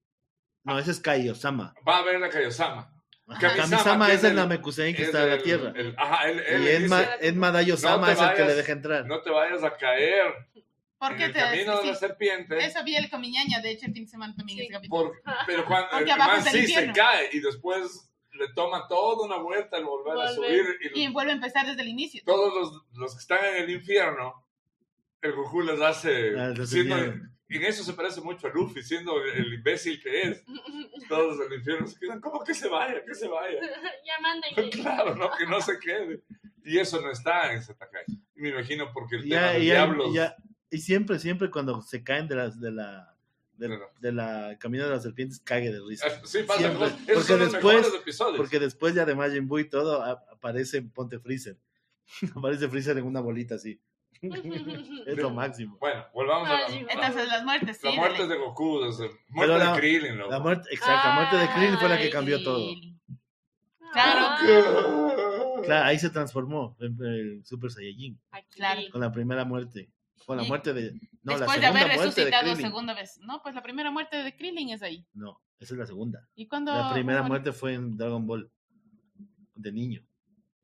Speaker 4: No, ese es Kaiosama.
Speaker 3: va a ver la Kaiosama.
Speaker 4: Ajá,
Speaker 3: Kamisama,
Speaker 4: Kamisama
Speaker 3: que
Speaker 4: es
Speaker 3: es
Speaker 4: el
Speaker 3: el-
Speaker 4: Namekusein que
Speaker 3: es
Speaker 4: está en la
Speaker 3: el-
Speaker 4: tierra.
Speaker 3: el- ajá, él, él
Speaker 4: Y
Speaker 3: le
Speaker 4: es,
Speaker 3: dice,
Speaker 4: ma, es Madayosama
Speaker 3: "No te
Speaker 4: es el que le
Speaker 3: vayas,
Speaker 4: deja entrar.
Speaker 3: no te vayas a caer en
Speaker 2: Porque
Speaker 3: el
Speaker 2: te
Speaker 3: camino de la
Speaker 2: sí,
Speaker 3: serpiente.
Speaker 2: Eso vi el comiñaña, de hecho, el fin de semana también
Speaker 1: Sí.
Speaker 2: ese capítulo.
Speaker 3: por-
Speaker 1: Ah.
Speaker 3: pero cuando
Speaker 2: Porque
Speaker 3: el
Speaker 2: abajo
Speaker 3: man
Speaker 2: está el
Speaker 3: sí se
Speaker 2: infierno.
Speaker 3: cae y después le toma toda una vuelta al volver a
Speaker 1: Volver.
Speaker 3: subir y
Speaker 2: Y vuelve a empezar desde el inicio.
Speaker 3: todos los, los que están en el infierno, el Goku les
Speaker 4: Ah,
Speaker 3: hace.
Speaker 4: les
Speaker 3: siendo-
Speaker 4: enseñaron.
Speaker 3: en eso se parece mucho a Luffy, siendo el imbécil que es. Todos del infierno se quedan, ¿cómo que se vaya? Que se vaya.
Speaker 1: [laughs] ya manden.
Speaker 3: [laughs] claro, no, que no se quede. Y eso no está en Satakai. Me imagino porque el tema
Speaker 4: Ya,
Speaker 3: de
Speaker 4: y, ya-
Speaker 3: diablos.
Speaker 4: y ya- y siempre, siempre cuando se caen de las de la del-
Speaker 3: Claro.
Speaker 4: de la camino de las serpientes cague de risa.
Speaker 3: Ah, Sí, pasa.
Speaker 4: Siempre.
Speaker 3: ¿no? Esos
Speaker 4: Porque
Speaker 3: son los
Speaker 4: después-
Speaker 3: mejores episodios.
Speaker 4: Porque después ya de Majin Buu y todo a- aparece Ponte Freezer. [laughs] aparece Freezer en una bolita así. es lo máximo.
Speaker 3: Bueno, volvamos a la,
Speaker 1: Ay,
Speaker 3: a la-
Speaker 2: Entonces, las muertes, sí.
Speaker 3: la muerte
Speaker 2: dale.
Speaker 3: de Goku. desde- muerte
Speaker 4: la-
Speaker 3: de Krillin. loco.
Speaker 4: La muerte, exacto, la muerte de Krillin fue la que
Speaker 2: Ay,
Speaker 4: cambió todo.
Speaker 2: Krillin. Claro.
Speaker 3: ah,
Speaker 4: Claro, ahí se transformó en el Super Saiyajin
Speaker 2: Claro.
Speaker 4: con la primera muerte. Con la
Speaker 2: Y-
Speaker 4: muerte de no,
Speaker 2: Después de
Speaker 4: la segunda
Speaker 2: haber
Speaker 4: muerte de
Speaker 2: resucitado
Speaker 4: Krillin.
Speaker 2: segunda vez. No, pues la primera muerte de Krillin es ahí.
Speaker 4: No, esa es la segunda.
Speaker 2: ¿Y cuando
Speaker 4: La primera muerte fue en Dragon Ball de niño.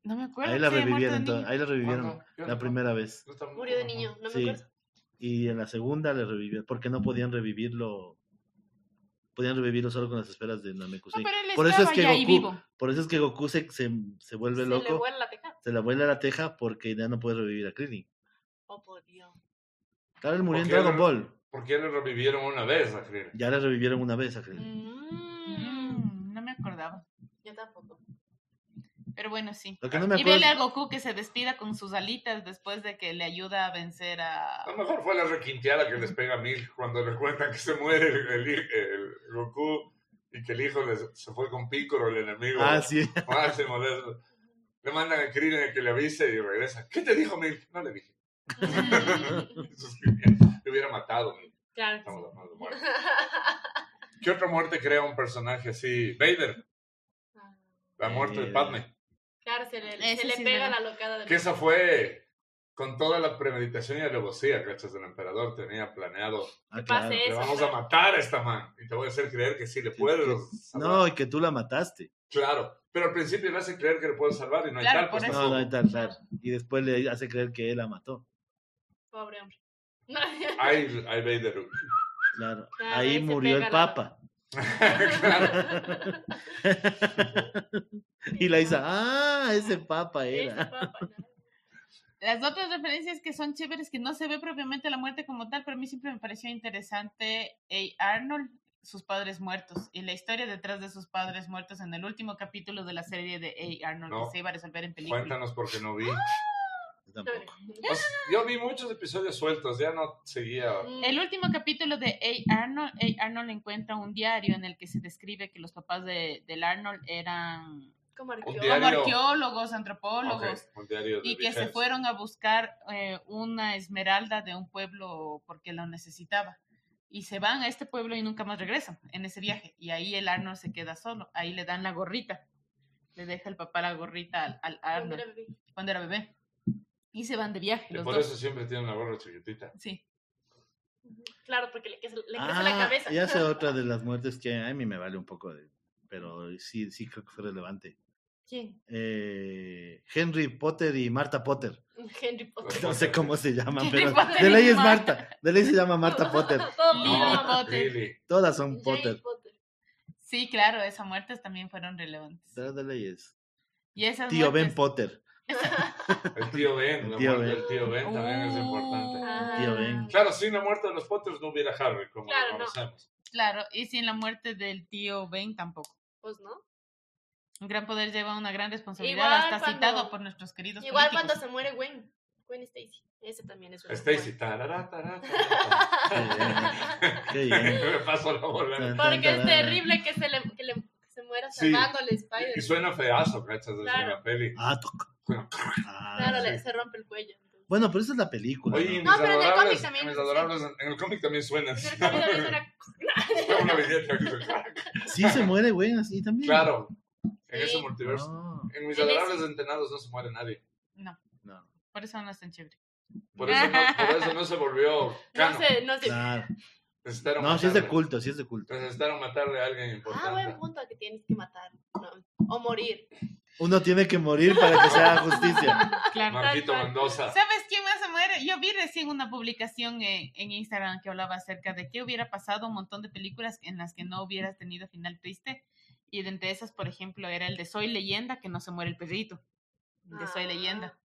Speaker 2: No me acuerdo.
Speaker 4: Ahí la
Speaker 2: si había muerto de
Speaker 4: revivieron,
Speaker 2: niño.
Speaker 4: toda- ahí la revivieron
Speaker 3: ¿Cuándo? Yo
Speaker 4: la
Speaker 3: no-
Speaker 4: primera vez.
Speaker 3: yo tampoco
Speaker 1: Murió de
Speaker 3: me
Speaker 1: niño, no me
Speaker 4: Sí.
Speaker 1: acuerdo.
Speaker 4: Y en la segunda le revivió, porque no podían revivirlo. Podían revivirlo solo con las esferas de
Speaker 2: No,
Speaker 4: Namekusei.
Speaker 2: pero él
Speaker 4: por eso es
Speaker 2: estaba
Speaker 4: que
Speaker 2: ya ahí
Speaker 4: Goku,
Speaker 2: vivo.
Speaker 4: por eso es que Goku se, se, se vuelve
Speaker 1: Se le
Speaker 4: loco,
Speaker 1: vuela la teja.
Speaker 4: se le vuela la teja porque ya no puede revivir a Krillin.
Speaker 1: Oh, por Dios.
Speaker 4: Claro, él murió en
Speaker 3: Porque él-
Speaker 4: Dragon Ball.
Speaker 3: ¿Por qué le revivieron una vez a Krillin?
Speaker 4: Ya le revivieron una vez a Krillin.
Speaker 1: Mm,
Speaker 2: Mm, no me acordaba.
Speaker 1: Yo
Speaker 3: [laughs]
Speaker 1: tampoco.
Speaker 2: Pero bueno, sí.
Speaker 4: Lo que no me
Speaker 2: Y vele a
Speaker 4: acuerdo.
Speaker 2: Goku que se despida con sus alitas después de que le ayuda a vencer a.
Speaker 3: A lo mejor fue la requinteada que les pega a Mil cuando le cuentan que se muere el, el hij- el Goku y que el hijo les- se fue con Piccolo, el enemigo.
Speaker 4: Ah, sí. [laughs]
Speaker 3: Máximo, les- le mandan a Krillin el que le avise y regresa. ¿Qué te dijo Mil? No le dije. [laughs] Eso es genial. Te hubiera matado. Milk.
Speaker 1: claro. que sí.
Speaker 3: Estamos hablando de muerte. ¿Qué otra muerte crea un personaje así? Vader,
Speaker 1: Ah,
Speaker 3: la muerte de Padme.
Speaker 1: [laughs] Claro, se le,
Speaker 2: Ese
Speaker 1: se le
Speaker 2: sí,
Speaker 1: pega
Speaker 2: ¿verdad?
Speaker 1: la locada del.
Speaker 3: Que esa fue con toda la premeditación y alevosía, cachas, del emperador. Tenía planeado
Speaker 4: Ah,
Speaker 1: pase
Speaker 4: claro.
Speaker 1: eso,
Speaker 3: Le vamos a
Speaker 1: claro.
Speaker 3: matar a esta man. Y te voy a hacer creer que sí le puedes.
Speaker 4: No,
Speaker 3: salvar.
Speaker 4: y que tú la mataste.
Speaker 3: Claro. Pero al principio le hacen creer que le puedes salvar y no hay
Speaker 2: Claro,
Speaker 3: tal. Pues
Speaker 2: por
Speaker 4: No,
Speaker 3: tampoco.
Speaker 4: no hay tal, claro. Y después le hace creer que él la mató.
Speaker 1: Pobre hombre. No,
Speaker 3: Hay, hay Vader.
Speaker 4: Claro.
Speaker 1: Claro,
Speaker 4: Ahí
Speaker 1: ahí se
Speaker 4: murió el
Speaker 1: pega la-
Speaker 4: Papa.
Speaker 3: Claro.
Speaker 4: [laughs]
Speaker 1: [laughs]
Speaker 4: [laughs] y la Isa, ah, ese Papa
Speaker 1: Ese
Speaker 4: era.
Speaker 1: papa, ¿no?
Speaker 2: Las otras referencias que son chéveres, que no se ve propiamente la muerte como tal, pero a mí siempre me pareció interesante A. Arnold, sus padres muertos, y la historia detrás de sus padres muertos en el último capítulo de la serie de A. Arnold,
Speaker 3: No.
Speaker 2: que se iba a resolver en película. Ah,
Speaker 3: Cuéntanos porque no vi.
Speaker 4: tampoco.
Speaker 3: O sea, yo vi muchos episodios sueltos, ya no seguía.
Speaker 2: El
Speaker 1: Mm,
Speaker 2: último capítulo de A. Arnold, A. Arnold encuentra un diario en el que se describe que los papás de, del Arnold eran
Speaker 1: Como
Speaker 3: Un
Speaker 1: arqueólogo.
Speaker 2: como
Speaker 3: diario.
Speaker 2: arqueólogos, antropólogos,
Speaker 3: Ok, un diario de
Speaker 2: y que se
Speaker 3: viajes.
Speaker 2: fueron a buscar eh, una esmeralda de un pueblo porque lo necesitaba. Y se van a este pueblo y nunca más regresan en ese viaje. Y ahí el Arnold se queda solo. Ahí le dan la gorrita. Le deja el papá la gorrita al, al
Speaker 1: Cuando era
Speaker 2: Arnold
Speaker 1: bebé.
Speaker 2: cuando era bebé. Y se van de viaje
Speaker 3: Y
Speaker 2: los
Speaker 3: por
Speaker 2: dos.
Speaker 3: eso siempre tiene una gorra chiquitita.
Speaker 2: Sí.
Speaker 1: Claro, porque le, que se- le crece
Speaker 4: Ah,
Speaker 1: la cabeza.
Speaker 4: ya sé otra de las muertes que a mí me vale un poco, de- pero sí, sí creo que fue relevante.
Speaker 1: [laughs] ¿Quién?
Speaker 4: Eh, Henry Potter y Marta Potter. [laughs]
Speaker 1: Henry
Speaker 3: [laughs]
Speaker 1: Potter.
Speaker 4: No sé
Speaker 1: [laughs]
Speaker 4: cómo se llaman,
Speaker 2: Henry
Speaker 4: pero
Speaker 2: Potter
Speaker 4: de
Speaker 2: y
Speaker 4: ley es
Speaker 2: Marta.
Speaker 4: Marta. De ley se llama Marta Potter.
Speaker 1: Todo
Speaker 2: No,
Speaker 1: mundo
Speaker 2: Lily
Speaker 3: No,
Speaker 1: ama.
Speaker 2: Potter.
Speaker 3: Lily.
Speaker 4: Todas son
Speaker 1: Jane
Speaker 4: Potter.
Speaker 1: Potter.
Speaker 2: Sí, claro, esas muertes también fueron relevantes.
Speaker 4: Pero De ley es.
Speaker 2: Y esas
Speaker 4: Tío Ben
Speaker 2: muertes-
Speaker 4: Potter.
Speaker 3: El tío Ben,
Speaker 4: El
Speaker 3: la
Speaker 4: tío
Speaker 3: muerte
Speaker 4: Ben.
Speaker 3: del tío Ben también es
Speaker 1: Oh.
Speaker 2: Uh,
Speaker 3: importante.
Speaker 1: Ah,
Speaker 4: Tío Ben.
Speaker 3: Claro, sin la muerte de los Potters no hubiera Harry, como
Speaker 1: Claro,
Speaker 3: lo
Speaker 1: no.
Speaker 3: conocemos.
Speaker 2: Claro, y sin la muerte del tío Ben tampoco.
Speaker 1: Pues no.
Speaker 2: Un gran poder lleva una gran responsabilidad,
Speaker 1: Igual
Speaker 2: hasta
Speaker 1: cuando-
Speaker 2: citado por nuestros queridos
Speaker 1: Igual
Speaker 2: políticos.
Speaker 1: cuando se muere Gwen. Gwen Stacy. Ese también es una
Speaker 3: Stacy, Ah, eh.
Speaker 1: muerte.
Speaker 3: tarará, tarará, tarará. [laughs]
Speaker 4: Qué
Speaker 1: [laughs]
Speaker 4: bien. Qué bien.
Speaker 3: Me paso la bola.
Speaker 4: [laughs] Tan, tan,
Speaker 1: Porque es
Speaker 4: tarán.
Speaker 1: terrible que se, le, que le- que se muera
Speaker 3: Sí.
Speaker 1: salvándole Spider.
Speaker 3: Y suena feazo, ¿cachas? Es
Speaker 1: Claro.
Speaker 3: una peli.
Speaker 4: Ah, toc.
Speaker 3: Bueno.
Speaker 4: Ah,
Speaker 1: Claro,
Speaker 4: sí.
Speaker 1: le- se rompe el cuello.
Speaker 3: [laughs]
Speaker 1: entonces.
Speaker 4: Bueno, pero esa es la película.
Speaker 3: Oye, y
Speaker 4: ¿no?
Speaker 1: No,
Speaker 3: mis
Speaker 1: pero en el cómic
Speaker 3: adorables,
Speaker 1: también
Speaker 3: mis
Speaker 1: es-
Speaker 3: adorables, en el cómic también suena.
Speaker 1: Pero también a veces era-
Speaker 3: Fue [laughs] una billeta que se-
Speaker 4: Sí se muere, güey, así también.
Speaker 3: Claro, en
Speaker 1: Sí.
Speaker 3: ese multiverso.
Speaker 4: No,
Speaker 3: En mis
Speaker 1: En ese-
Speaker 3: adorables entrenados no se muere nadie.
Speaker 2: No,
Speaker 4: no.
Speaker 2: por eso no es tan chévere.
Speaker 3: Por eso no, por eso no se volvió
Speaker 1: No
Speaker 3: canon.
Speaker 1: sé, no sé.
Speaker 4: Claro.
Speaker 3: Necesitaron
Speaker 4: No, sí es de
Speaker 3: matarle.
Speaker 4: culto, sí es de culto.
Speaker 3: Necesitaron matarle a alguien
Speaker 1: Ah, buen
Speaker 3: importante.
Speaker 1: punto que tienes que matar. ¿no? O morir.
Speaker 4: Uno tiene que morir para que
Speaker 2: [laughs]
Speaker 4: se haga justicia.
Speaker 2: Claro.
Speaker 3: Marquito
Speaker 1: Tal cual.
Speaker 3: Mendoza.
Speaker 2: ¿Sabes quién más se muere? Yo vi recién una publicación en, en Instagram que hablaba acerca de qué hubiera pasado un montón de películas en las que no hubieras tenido final triste. Y de entre esas, por ejemplo, era el de Soy Leyenda, que no se muere el perrito. El de Soy
Speaker 1: Ah.
Speaker 2: Leyenda.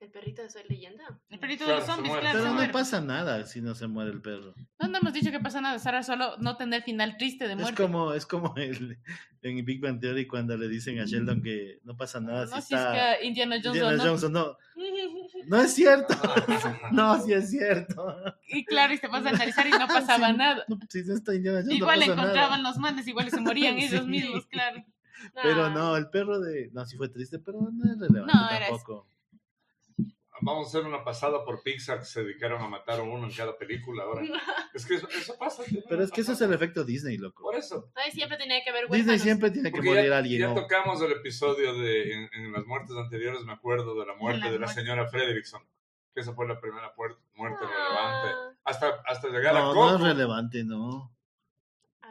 Speaker 1: El perrito de Soy Leyenda. [laughs]
Speaker 2: El perrito
Speaker 3: Claro,
Speaker 2: de los
Speaker 3: se
Speaker 2: zombies,
Speaker 3: muere.
Speaker 2: claro. se
Speaker 4: Pero
Speaker 2: muere.
Speaker 4: no pasa nada si no se muere el perro.
Speaker 2: No, no hemos dicho que pasa nada, Sara, solo no tener final triste de
Speaker 4: Es
Speaker 2: muerte.
Speaker 4: como, es como el, en Big Bang Theory cuando le dicen a Sheldon que no pasa nada si
Speaker 2: no, si
Speaker 4: está
Speaker 2: es que Indiana Jones
Speaker 4: Indiana
Speaker 2: o no.
Speaker 4: Jones o no. No es cierto. [laughs] No, sí es cierto. [laughs]
Speaker 2: Y claro, y te vas a analizar y no pasaba
Speaker 4: Sí,
Speaker 2: nada.
Speaker 4: no, si no está Indiana Jones,
Speaker 2: Igual
Speaker 4: no pasa nada.
Speaker 2: encontraban los manes, igual se morían
Speaker 4: [laughs] Sí.
Speaker 2: ellos mismos, claro.
Speaker 4: Pero
Speaker 1: Ah,
Speaker 4: no, el perro de. No, sí fue triste, pero no es relevante
Speaker 2: No, era
Speaker 4: tampoco.
Speaker 3: [laughs] Vamos a hacer una pasada por Pixar que se dedicaron a matar a uno en cada película ahora. Es que eso, eso pasa. tiene
Speaker 4: Pero
Speaker 3: una
Speaker 4: es que ese es
Speaker 3: pasada.
Speaker 4: el efecto Disney, loco.
Speaker 3: Por eso.
Speaker 1: [laughs] Ay, siempre tenía que haber
Speaker 4: Disney
Speaker 1: huérfanos.
Speaker 4: siempre tiene que
Speaker 3: Porque
Speaker 4: morir
Speaker 3: ya,
Speaker 4: alguien.
Speaker 3: ya
Speaker 4: ¿no?
Speaker 3: tocamos el episodio de en, en las muertes anteriores, me acuerdo de la muerte
Speaker 2: las
Speaker 3: de la
Speaker 2: muertes.
Speaker 3: señora Fredrickson, que esa fue la primera puer- muerte relevante.
Speaker 1: Ah,
Speaker 3: Hasta, hasta llegar a
Speaker 4: No, no
Speaker 3: Coco.
Speaker 4: es relevante, no.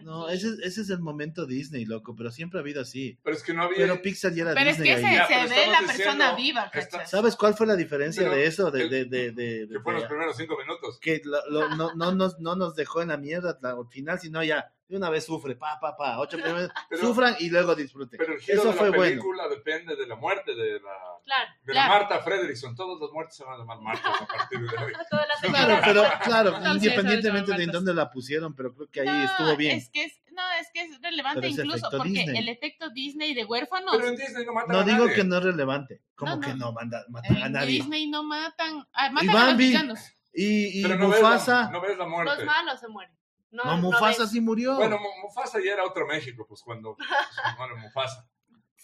Speaker 4: No,
Speaker 1: aquí.
Speaker 4: ese, es- ese es el momento Disney, loco, pero siempre ha habido así.
Speaker 3: pero es que no había.
Speaker 4: Pero Pixar ya era
Speaker 2: Pero es
Speaker 4: Disney
Speaker 2: que se,
Speaker 4: ahí.
Speaker 3: Ya,
Speaker 2: se
Speaker 3: pero
Speaker 2: ve la
Speaker 3: estamos
Speaker 2: persona
Speaker 3: diciendo,
Speaker 2: viva,
Speaker 3: está-
Speaker 2: ¿cachas?
Speaker 4: ¿Sabes cuál fue la diferencia
Speaker 3: Pero
Speaker 4: de eso? De,
Speaker 3: el-
Speaker 4: de, de, de- de-
Speaker 3: que fue los
Speaker 4: de-
Speaker 3: primeros cinco minutos.
Speaker 4: que lo- lo- no, no nos, no nos dejó en la mierda la- al final, sino ya, de una vez sufre, pa, pa,
Speaker 3: [laughs]
Speaker 4: pa, ocho primeros,
Speaker 3: Pero-
Speaker 4: sufran y luego disfruten.
Speaker 3: Pero el giro
Speaker 4: Eso
Speaker 3: de la
Speaker 4: fue bueno.
Speaker 3: película depende de la muerte de la,
Speaker 1: Claro.
Speaker 3: de
Speaker 2: Claro.
Speaker 3: la Marta Fredrickson. Todos los muertos se van a llamar Marta a partir de
Speaker 1: [laughs]
Speaker 3: hoy.
Speaker 1: Todas las
Speaker 4: Claro,
Speaker 1: señoras.
Speaker 4: pero claro,
Speaker 2: Entonces,
Speaker 4: independientemente
Speaker 2: ahorita
Speaker 4: de en
Speaker 2: lo
Speaker 4: dónde la pusieron, pero creo que ahí
Speaker 2: pues. No,
Speaker 4: estuvo bien.
Speaker 2: Es que es, no, es que es relevante
Speaker 4: Pero es
Speaker 2: incluso
Speaker 4: efecto
Speaker 2: porque
Speaker 4: Disney.
Speaker 2: el efecto Disney de huérfanos.
Speaker 3: Pero en Disney no matan
Speaker 4: No
Speaker 3: a
Speaker 4: digo
Speaker 3: nadie.
Speaker 4: que no es relevante, como
Speaker 2: No,
Speaker 4: que
Speaker 2: no. Eh,
Speaker 4: no manda, matan a
Speaker 2: En
Speaker 4: nadie.
Speaker 2: Disney no matan, ah, matan a los
Speaker 4: Bambi.
Speaker 2: villanos.
Speaker 4: Y, y
Speaker 3: Pero no ves la-
Speaker 4: Mufasa,
Speaker 3: no ves la muerte.
Speaker 1: Los malos se mueren. No,
Speaker 4: no,
Speaker 1: no
Speaker 4: Mufasa
Speaker 1: ves.
Speaker 4: sí murió.
Speaker 3: Bueno, Mu- Mufasa ya era otro México, pues cuando
Speaker 1: [laughs]
Speaker 3: se muere Mufasa.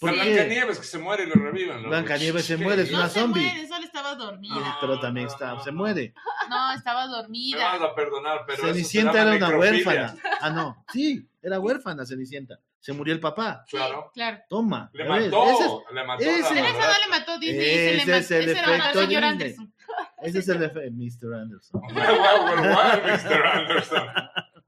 Speaker 4: ¿Por
Speaker 3: La
Speaker 4: qué?
Speaker 3: Blancanieves que se muere y lo reviven. loco.
Speaker 4: Blancanieves se
Speaker 3: ¿Qué?
Speaker 4: muere, es
Speaker 2: No
Speaker 4: una
Speaker 2: se
Speaker 4: zombie.
Speaker 2: muere, solo estaba dormida.
Speaker 4: Pero también está, se muere.
Speaker 2: No, estaba
Speaker 3: Me
Speaker 2: dormida.
Speaker 3: vas a perdonar, pero.
Speaker 4: Cenicienta
Speaker 3: eso
Speaker 4: era
Speaker 3: se
Speaker 4: una
Speaker 3: llama necrofilia. [laughs]
Speaker 4: huérfana. Ah, no. Sí, era huérfana Cenicienta. Se murió el papá.
Speaker 2: Sí,
Speaker 3: Claro.
Speaker 2: claro.
Speaker 4: Toma.
Speaker 3: Le
Speaker 4: ya ves,
Speaker 3: mató.
Speaker 4: Ese, es,
Speaker 3: le mató.
Speaker 4: ese-
Speaker 3: la
Speaker 4: Pero
Speaker 2: Pero eso no
Speaker 3: verdad.
Speaker 2: le mató Disney, se le
Speaker 4: Ese
Speaker 2: mató,
Speaker 4: es el
Speaker 2: ese lo mató
Speaker 4: efecto
Speaker 2: el señor
Speaker 4: Disney.
Speaker 2: Anderson.
Speaker 4: ese es el efe- Mr. Anderson.
Speaker 3: [laughs] Well, well, well, Mr. Anderson.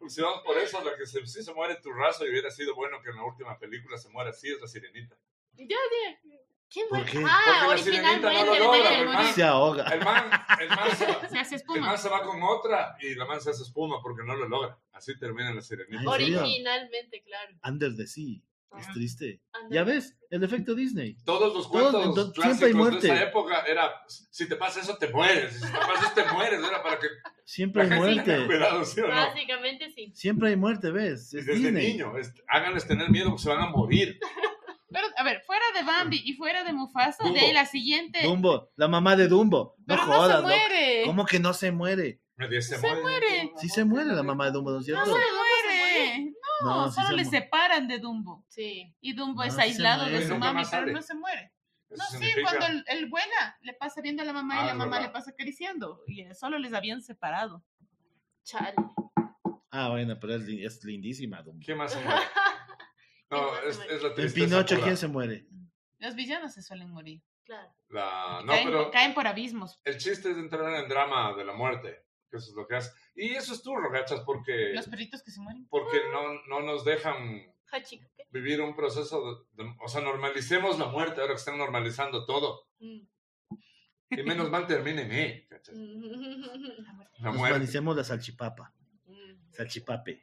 Speaker 3: Si vamos por eso, la que se, si se muere tu raza y hubiera sido bueno que en la última película se muera así es la sirenita.
Speaker 1: Yo dije, ¿quién
Speaker 4: ¿Por
Speaker 1: muere?
Speaker 4: qué?
Speaker 1: Ah,
Speaker 3: Porque la sirenita
Speaker 1: originalmente
Speaker 3: no
Speaker 1: muere,
Speaker 3: lo logra,
Speaker 1: muere,
Speaker 3: pero
Speaker 1: muere.
Speaker 3: más-
Speaker 4: Se ahoga.
Speaker 3: El man, el man, se, va-
Speaker 2: Se hace
Speaker 3: el
Speaker 2: espuma.
Speaker 3: man se va con otra y la man se hace espuma porque no lo logra. Así termina la sirenita.
Speaker 4: ¿En serio?
Speaker 1: Originalmente, claro.
Speaker 4: Under the sea. Es
Speaker 2: Ajá.
Speaker 4: triste.
Speaker 1: Anda.
Speaker 4: Ya ves, el efecto Disney.
Speaker 3: Todos los
Speaker 4: Todos-
Speaker 3: cuentos
Speaker 4: entonces,
Speaker 3: clásicos
Speaker 4: siempre hay
Speaker 3: de esa
Speaker 4: muerte.
Speaker 3: época era si te pasa eso te mueres, si te pasa eso te mueres, era para que
Speaker 4: Siempre
Speaker 3: la
Speaker 4: hay
Speaker 3: gente tenga
Speaker 4: muerte.
Speaker 3: cuidado, ¿sí o no?
Speaker 1: Básicamente Ah, sí.
Speaker 4: Siempre hay muerte, ¿ves?
Speaker 3: Y
Speaker 4: Es
Speaker 3: desde
Speaker 4: Disney.
Speaker 3: niño, es- háganles tener miedo que se van a morir.
Speaker 2: Pero, a ver, fuera de Bambi y fuera de Mufasa,
Speaker 3: Dumbo.
Speaker 2: de ahí la siguiente.
Speaker 4: Dumbo, la mamá de Dumbo. No
Speaker 2: Pero no,
Speaker 4: jodas,
Speaker 2: se
Speaker 4: loco.
Speaker 2: muere.
Speaker 4: ¿Cómo que no se muere?
Speaker 3: Me dice,
Speaker 2: Se
Speaker 3: "Muere".
Speaker 2: muere.
Speaker 4: Sí se muere la mamá de Dumbo, ¿no es
Speaker 2: No
Speaker 4: cierto?
Speaker 2: se muere. No,
Speaker 4: No, sí
Speaker 2: Ah, solo le
Speaker 4: se mu-
Speaker 2: separan de Dumbo.
Speaker 1: Sí.
Speaker 2: Y Dumbo
Speaker 4: No,
Speaker 2: es
Speaker 4: sí se
Speaker 2: aislado
Speaker 4: muere.
Speaker 2: de su
Speaker 3: Nunca
Speaker 2: mami,
Speaker 3: más
Speaker 2: pero
Speaker 3: sale.
Speaker 2: no se muere.
Speaker 3: Eso
Speaker 2: No, sí,
Speaker 3: significa-
Speaker 2: cuando él, él vuela, le pasa viendo a la mamá
Speaker 3: Ah,
Speaker 2: y la
Speaker 3: es
Speaker 2: mamá
Speaker 3: verdad.
Speaker 2: le pasa acariciando. Y eh, solo les habían separado.
Speaker 1: Chale. [laughs]
Speaker 4: Ah, bueno, pero es, lin- es lindísima Dumbo.
Speaker 3: ¿Quién más se muere?
Speaker 1: ¿Quién
Speaker 3: No,
Speaker 1: más se
Speaker 3: es,
Speaker 1: muere?
Speaker 3: es la
Speaker 4: En
Speaker 3: tristeza.
Speaker 4: Pinocho,
Speaker 3: pura.
Speaker 4: ¿quién se muere?
Speaker 2: Los villanos se suelen morir.
Speaker 1: Claro.
Speaker 3: La- No,
Speaker 2: caen,
Speaker 3: pero
Speaker 2: caen por abismos.
Speaker 3: el chiste es entrar en el drama de la muerte. Que eso es lo que hace. Y eso es tú, rogachas, porque,
Speaker 2: Los perritos que se mueren.
Speaker 3: porque no, no nos dejan
Speaker 1: Hachiko, ¿qué?
Speaker 3: vivir un proceso de, de- o sea, normalicemos la muerte ahora que están normalizando todo.
Speaker 1: Mm.
Speaker 3: Y menos mal termine en E, ¿cachai?
Speaker 1: [laughs] Mm.
Speaker 3: La
Speaker 4: Nos
Speaker 3: muerte.
Speaker 4: parecemos la salchipapa.
Speaker 1: Mm.
Speaker 4: Salchipape.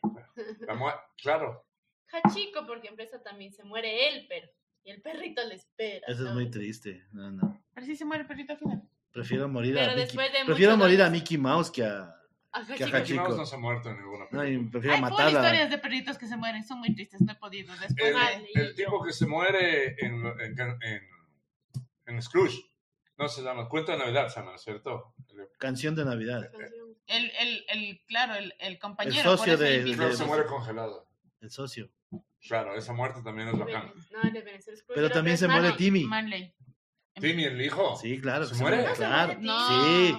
Speaker 3: La muerte, claro.
Speaker 1: Hachiko, porque empresa también se muere el perro. Y el perrito le espera.
Speaker 4: Eso es
Speaker 1: ¿no?
Speaker 4: muy triste. No, no.
Speaker 2: Pero sí se muere el perrito al final.
Speaker 4: Prefiero morir a
Speaker 1: Pero
Speaker 4: Mickey.
Speaker 1: después de
Speaker 4: Prefiero
Speaker 1: muchos
Speaker 4: morir a
Speaker 1: años-
Speaker 4: Mickey Mouse que a.
Speaker 1: A
Speaker 4: que a
Speaker 1: Hachiko.
Speaker 4: Hachiko.
Speaker 3: Mickey Mouse no se ha muerto en ninguna
Speaker 4: No,
Speaker 3: película.
Speaker 4: y prefiero
Speaker 2: Hay full
Speaker 4: matar a.
Speaker 2: historias de perritos que se mueren. Son muy tristes. No he podido. Después
Speaker 3: El,
Speaker 1: Ah,
Speaker 2: de...
Speaker 1: leí
Speaker 3: el
Speaker 1: yo.
Speaker 3: tipo que se muere en, en, en, en Scrooge. No se llama. Cuento de Navidad se llama, ¿no es ¿cierto?
Speaker 4: Canción de Navidad.
Speaker 1: Canción.
Speaker 2: El, el, el, claro, el, el compañero.
Speaker 4: El socio
Speaker 2: por eso
Speaker 4: de-
Speaker 2: invito.
Speaker 3: Creo que se muere congelado.
Speaker 4: El socio.
Speaker 3: Claro, esa muerte también es bacán.
Speaker 1: No, el de Venezuela. es
Speaker 4: Pero
Speaker 1: crucero,
Speaker 4: también
Speaker 1: es
Speaker 4: se muere
Speaker 1: mano.
Speaker 4: Timmy.
Speaker 2: Manley.
Speaker 3: Timmy, el hijo.
Speaker 4: Sí, claro.
Speaker 3: ¿Se
Speaker 4: que se
Speaker 3: muere?
Speaker 4: muere,
Speaker 1: No se
Speaker 4: claro.
Speaker 1: muere
Speaker 2: No.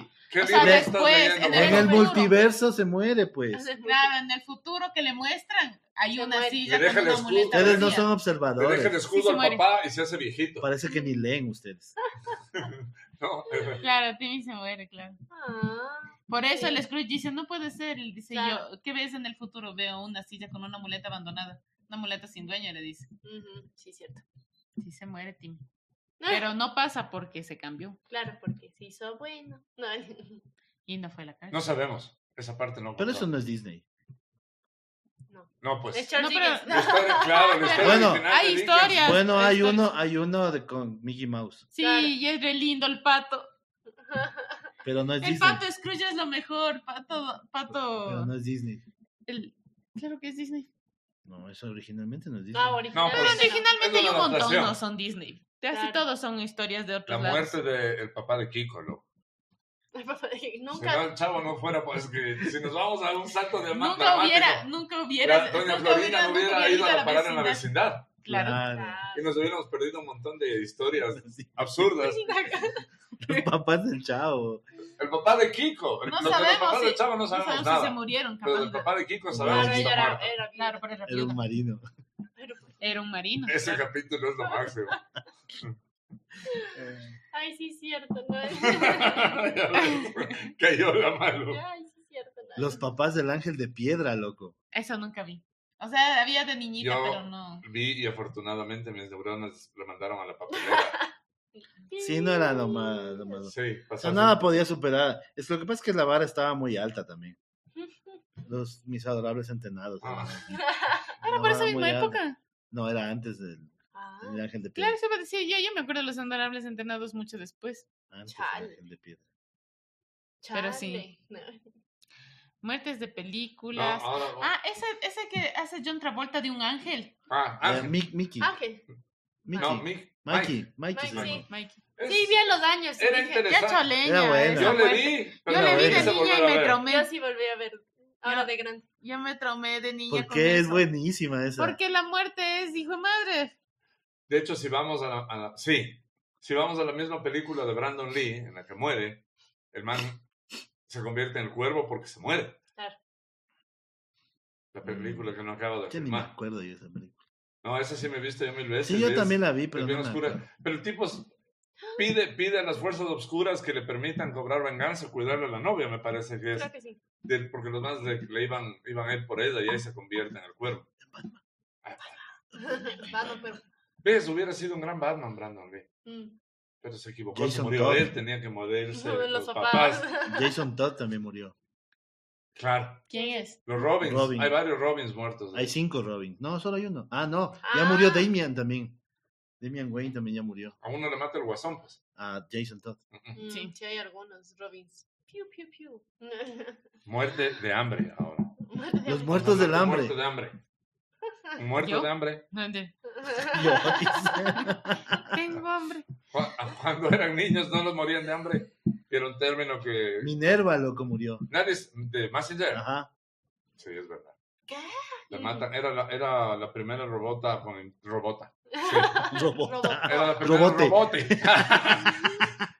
Speaker 4: Sí.
Speaker 3: ¿Qué
Speaker 2: O sea,
Speaker 3: libro estás
Speaker 2: después,
Speaker 3: leyendo,
Speaker 2: en
Speaker 3: güey?
Speaker 4: En el
Speaker 2: futuro.
Speaker 4: multiverso se muere, pues.
Speaker 1: Hace mucho.
Speaker 2: Claro, en el futuro que le muestran, hay
Speaker 1: Se
Speaker 2: una
Speaker 1: muere.
Speaker 2: silla
Speaker 3: Le deja
Speaker 2: con
Speaker 3: el
Speaker 2: una
Speaker 3: escudo.
Speaker 2: muleta
Speaker 4: Ustedes no
Speaker 2: vacía.
Speaker 3: Le
Speaker 4: son
Speaker 3: deja el
Speaker 4: observadores.
Speaker 2: Sí,
Speaker 3: escudo
Speaker 2: se
Speaker 3: al
Speaker 2: muere.
Speaker 3: papá y se hace viejito.
Speaker 4: Parece que ni leen ustedes.
Speaker 3: No, eh,
Speaker 2: Claro, Timmy se muere, claro.
Speaker 1: Ah,
Speaker 2: Por eso
Speaker 1: Sí.
Speaker 2: el Scrooge dice, no puede ser. Él dice,
Speaker 1: Claro.
Speaker 2: yo, ¿qué ves en el futuro? Veo una silla con una muleta abandonada. Una muleta sin dueño, le dice.
Speaker 1: ujú, sí, cierto.
Speaker 2: Sí se muere Timmy.
Speaker 1: Ah,
Speaker 2: Pero no pasa porque se cambió
Speaker 1: claro, porque se hizo bueno. [laughs] No,
Speaker 2: y no fue a la cárcel.
Speaker 3: no sabemos. Esa parte no.
Speaker 4: Pero
Speaker 3: contó.
Speaker 4: eso no es Disney.
Speaker 3: No, pues.
Speaker 1: es Charles
Speaker 2: No, pero-
Speaker 1: Dickens.
Speaker 3: La historia- claro, la historia
Speaker 4: Bueno,
Speaker 3: original
Speaker 2: hay
Speaker 3: de Dickens.
Speaker 2: historias.
Speaker 4: Bueno,
Speaker 2: hay
Speaker 4: hay
Speaker 2: historias.
Speaker 4: uno, hay uno de, con Mickey Mouse,
Speaker 2: Sí,
Speaker 1: Claro.
Speaker 2: y es re lindo el pato.
Speaker 4: pero no es
Speaker 2: El
Speaker 4: Pues Disney.
Speaker 2: pato Scrooge es lo mejor. Pato,
Speaker 4: Pero
Speaker 2: pato.
Speaker 4: no es Disney.
Speaker 2: el- Claro que es Disney.
Speaker 4: No, eso originalmente no es Disney.
Speaker 1: No,
Speaker 3: No,
Speaker 1: originalmente
Speaker 3: pues,
Speaker 2: Pero
Speaker 1: [laughs]
Speaker 2: originalmente
Speaker 3: es
Speaker 2: hay
Speaker 3: una
Speaker 2: un montón,
Speaker 3: adaptación.
Speaker 2: no son Disney. Casi
Speaker 1: Claro.
Speaker 2: todos son historias de
Speaker 3: La
Speaker 2: otros lados.
Speaker 3: muerte del papá de Kiko, loco. Si no,
Speaker 1: Nunca.
Speaker 3: el chavo no fuera, pues que si nos vamos a un salto de más
Speaker 2: Nunca hubiera,
Speaker 3: dramático,
Speaker 2: nunca
Speaker 3: la
Speaker 2: hubiera.
Speaker 3: doña
Speaker 2: nunca
Speaker 3: Florinda no
Speaker 2: nunca
Speaker 3: hubiera ido a parar en
Speaker 2: vecindad.
Speaker 3: la vecindad.
Speaker 2: Claro.
Speaker 3: [laughs]
Speaker 1: [laughs]
Speaker 3: Y nos hubiéramos perdido un montón de
Speaker 4: [laughs]
Speaker 3: historias
Speaker 4: Sí.
Speaker 3: absurdas. [laughs]
Speaker 4: Los papás del chavo.
Speaker 3: El papá de Kiko, el,
Speaker 2: No
Speaker 3: los de los
Speaker 2: sabemos
Speaker 3: papás
Speaker 2: si-
Speaker 3: del chavo no
Speaker 2: No
Speaker 3: sabemos
Speaker 2: sabemos si se
Speaker 3: nada.
Speaker 2: murieron,
Speaker 3: pero
Speaker 2: capaz.
Speaker 3: del papá de Kiko sabemos
Speaker 1: Claro,
Speaker 3: que
Speaker 1: ella
Speaker 3: está
Speaker 1: era,
Speaker 3: muerto.
Speaker 1: era
Speaker 2: Claro, pero era
Speaker 4: Era un
Speaker 2: viuda.
Speaker 4: marino.
Speaker 1: pero- pues,
Speaker 2: Era un marino.
Speaker 3: Ese
Speaker 2: claro.
Speaker 3: capítulo es lo máximo. Eh.
Speaker 1: Ay, sí, cierto. No [laughs] es.
Speaker 3: Ya
Speaker 4: [laughs]
Speaker 3: ves, Cayó la mano.
Speaker 1: Ay, sí, cierto. no.
Speaker 4: Los papás del ángel de piedra, loco.
Speaker 2: Eso nunca vi. O sea, había de niñita,
Speaker 3: Yo-
Speaker 2: pero no.
Speaker 3: [laughs] Vi y afortunadamente mis neuronas le mandaron a la
Speaker 4: [laughs]
Speaker 3: papelera.
Speaker 4: Sí, no era lo más. Lo más.
Speaker 3: Sí,
Speaker 4: O sea,
Speaker 3: pasaste.
Speaker 4: nada podía superar. Es lo que pasa es que la vara estaba muy alta también. Los mis adorables entrenados.
Speaker 3: Ah.
Speaker 4: Era
Speaker 2: Por esa misma época.
Speaker 4: No, era antes del,
Speaker 1: Ah,
Speaker 4: del ángel de piedra.
Speaker 2: Claro, eso decía yo. Yo me acuerdo de los adorables entrenados mucho después.
Speaker 4: Antes
Speaker 1: Chale.
Speaker 4: del ángel de piedra.
Speaker 2: Pero sí.
Speaker 1: chale. No.
Speaker 2: Muertes de
Speaker 3: No,
Speaker 2: películas.
Speaker 3: ahora.
Speaker 2: Ah, ese, ese que hace John Travolta de un ángel.
Speaker 3: Ah,
Speaker 4: Eh,
Speaker 3: Ángel.
Speaker 4: Mick- Mickey.
Speaker 1: Ángel.
Speaker 4: Mickey.
Speaker 3: No, Mick.
Speaker 4: Mikey. Mikey.
Speaker 1: Mike,
Speaker 4: se llama.
Speaker 1: sí.
Speaker 2: Mikey.
Speaker 3: Es-
Speaker 1: Sí, vi a los años. y
Speaker 3: Era
Speaker 1: dije,
Speaker 3: interesante.
Speaker 2: Ya choleña.
Speaker 4: Era buena.
Speaker 2: esa
Speaker 3: Yo le
Speaker 2: muerte.
Speaker 3: vi.
Speaker 2: Yo
Speaker 3: pero
Speaker 2: le
Speaker 3: no
Speaker 2: vi de
Speaker 3: quise
Speaker 2: niña y
Speaker 3: volver a
Speaker 2: me
Speaker 3: ver.
Speaker 1: Yo
Speaker 2: traumé.
Speaker 1: sí volví a ver. Ahora
Speaker 2: Yo-
Speaker 1: de grande.
Speaker 2: Yo me traumé de niña.
Speaker 4: ¿Por
Speaker 2: con
Speaker 4: qué es
Speaker 2: eso.
Speaker 4: buenísima esa?
Speaker 2: Porque la muerte es, hijo de madre.
Speaker 3: De hecho, si vamos a la, a la- Sí, si vamos a la misma película de Brandon Lee, en la que muere, el man se convierte en el cuervo porque se muere.
Speaker 1: Claro.
Speaker 3: La película
Speaker 4: Mm.
Speaker 3: que no acabo de
Speaker 4: Ya ni me
Speaker 3: filmar.
Speaker 4: acuerdo yo de esa película.
Speaker 3: No, esa sí me he visto yo mil veces.
Speaker 4: Sí, yo
Speaker 3: es-
Speaker 4: también la vi, pero
Speaker 3: es bien
Speaker 4: no me
Speaker 3: oscura.
Speaker 4: acuerdo.
Speaker 3: Pero el tipo s-
Speaker 1: Ah.
Speaker 3: pide, pide a las fuerzas obscuras que le permitan cobrar venganza, cuidarle a la novia, me parece que es.
Speaker 1: Creo que sí. [laughs]
Speaker 3: del- porque los más le, le iban, iban a ir por ella y ahí se convierte en el cuervo.
Speaker 1: Vamos, pero.
Speaker 3: ¿Ves? Hubiera sido un gran Batman, Brandon Lee.
Speaker 1: Mm.
Speaker 3: Pero se equivocó, se
Speaker 4: Jason
Speaker 3: murió
Speaker 4: Todd.
Speaker 3: él, tenía que morirse
Speaker 1: Uno de
Speaker 3: los
Speaker 1: [laughs] los papás.
Speaker 3: papás.
Speaker 4: Jason Todd también murió.
Speaker 3: Claro,
Speaker 2: ¿Quién es?
Speaker 3: los Robins.
Speaker 4: Robin.
Speaker 3: Hay varios Robins muertos.
Speaker 4: Hay cinco Robin. No, solo hay uno. Ah, no. Ya
Speaker 1: Ah.
Speaker 4: murió Damian también. Damian Wayne también ya murió.
Speaker 3: A uno le mata el guasón, pues.
Speaker 4: A Jason
Speaker 2: [laughs]
Speaker 4: Todd.
Speaker 1: Mm,
Speaker 2: Sí.
Speaker 1: sí. hay algunos, Robins. Piu, piu, piu. [laughs]
Speaker 3: Muerte de hambre ahora.
Speaker 4: Los muertos del
Speaker 1: [laughs]
Speaker 4: hambre.
Speaker 3: Muerto de hambre. Un muerto
Speaker 2: ¿Yo?
Speaker 3: de hambre.
Speaker 2: ¿Dónde?
Speaker 4: Y Otis.
Speaker 2: Tengo
Speaker 3: [laughs]
Speaker 2: hambre.
Speaker 3: Cu- Cuando eran niños no los morían de hambre. Era un término que...
Speaker 4: Minerva loco murió.
Speaker 3: Nadie es- de Messenger.
Speaker 2: Ah.
Speaker 4: Ajá.
Speaker 3: Sí, es verdad.
Speaker 1: ¿Qué?
Speaker 3: La matan. Era la, era la primera robota con... Robota. Sí.
Speaker 2: [laughs]
Speaker 3: [laughs]
Speaker 4: Robota.
Speaker 3: Era la primera
Speaker 4: Robote.
Speaker 3: robote.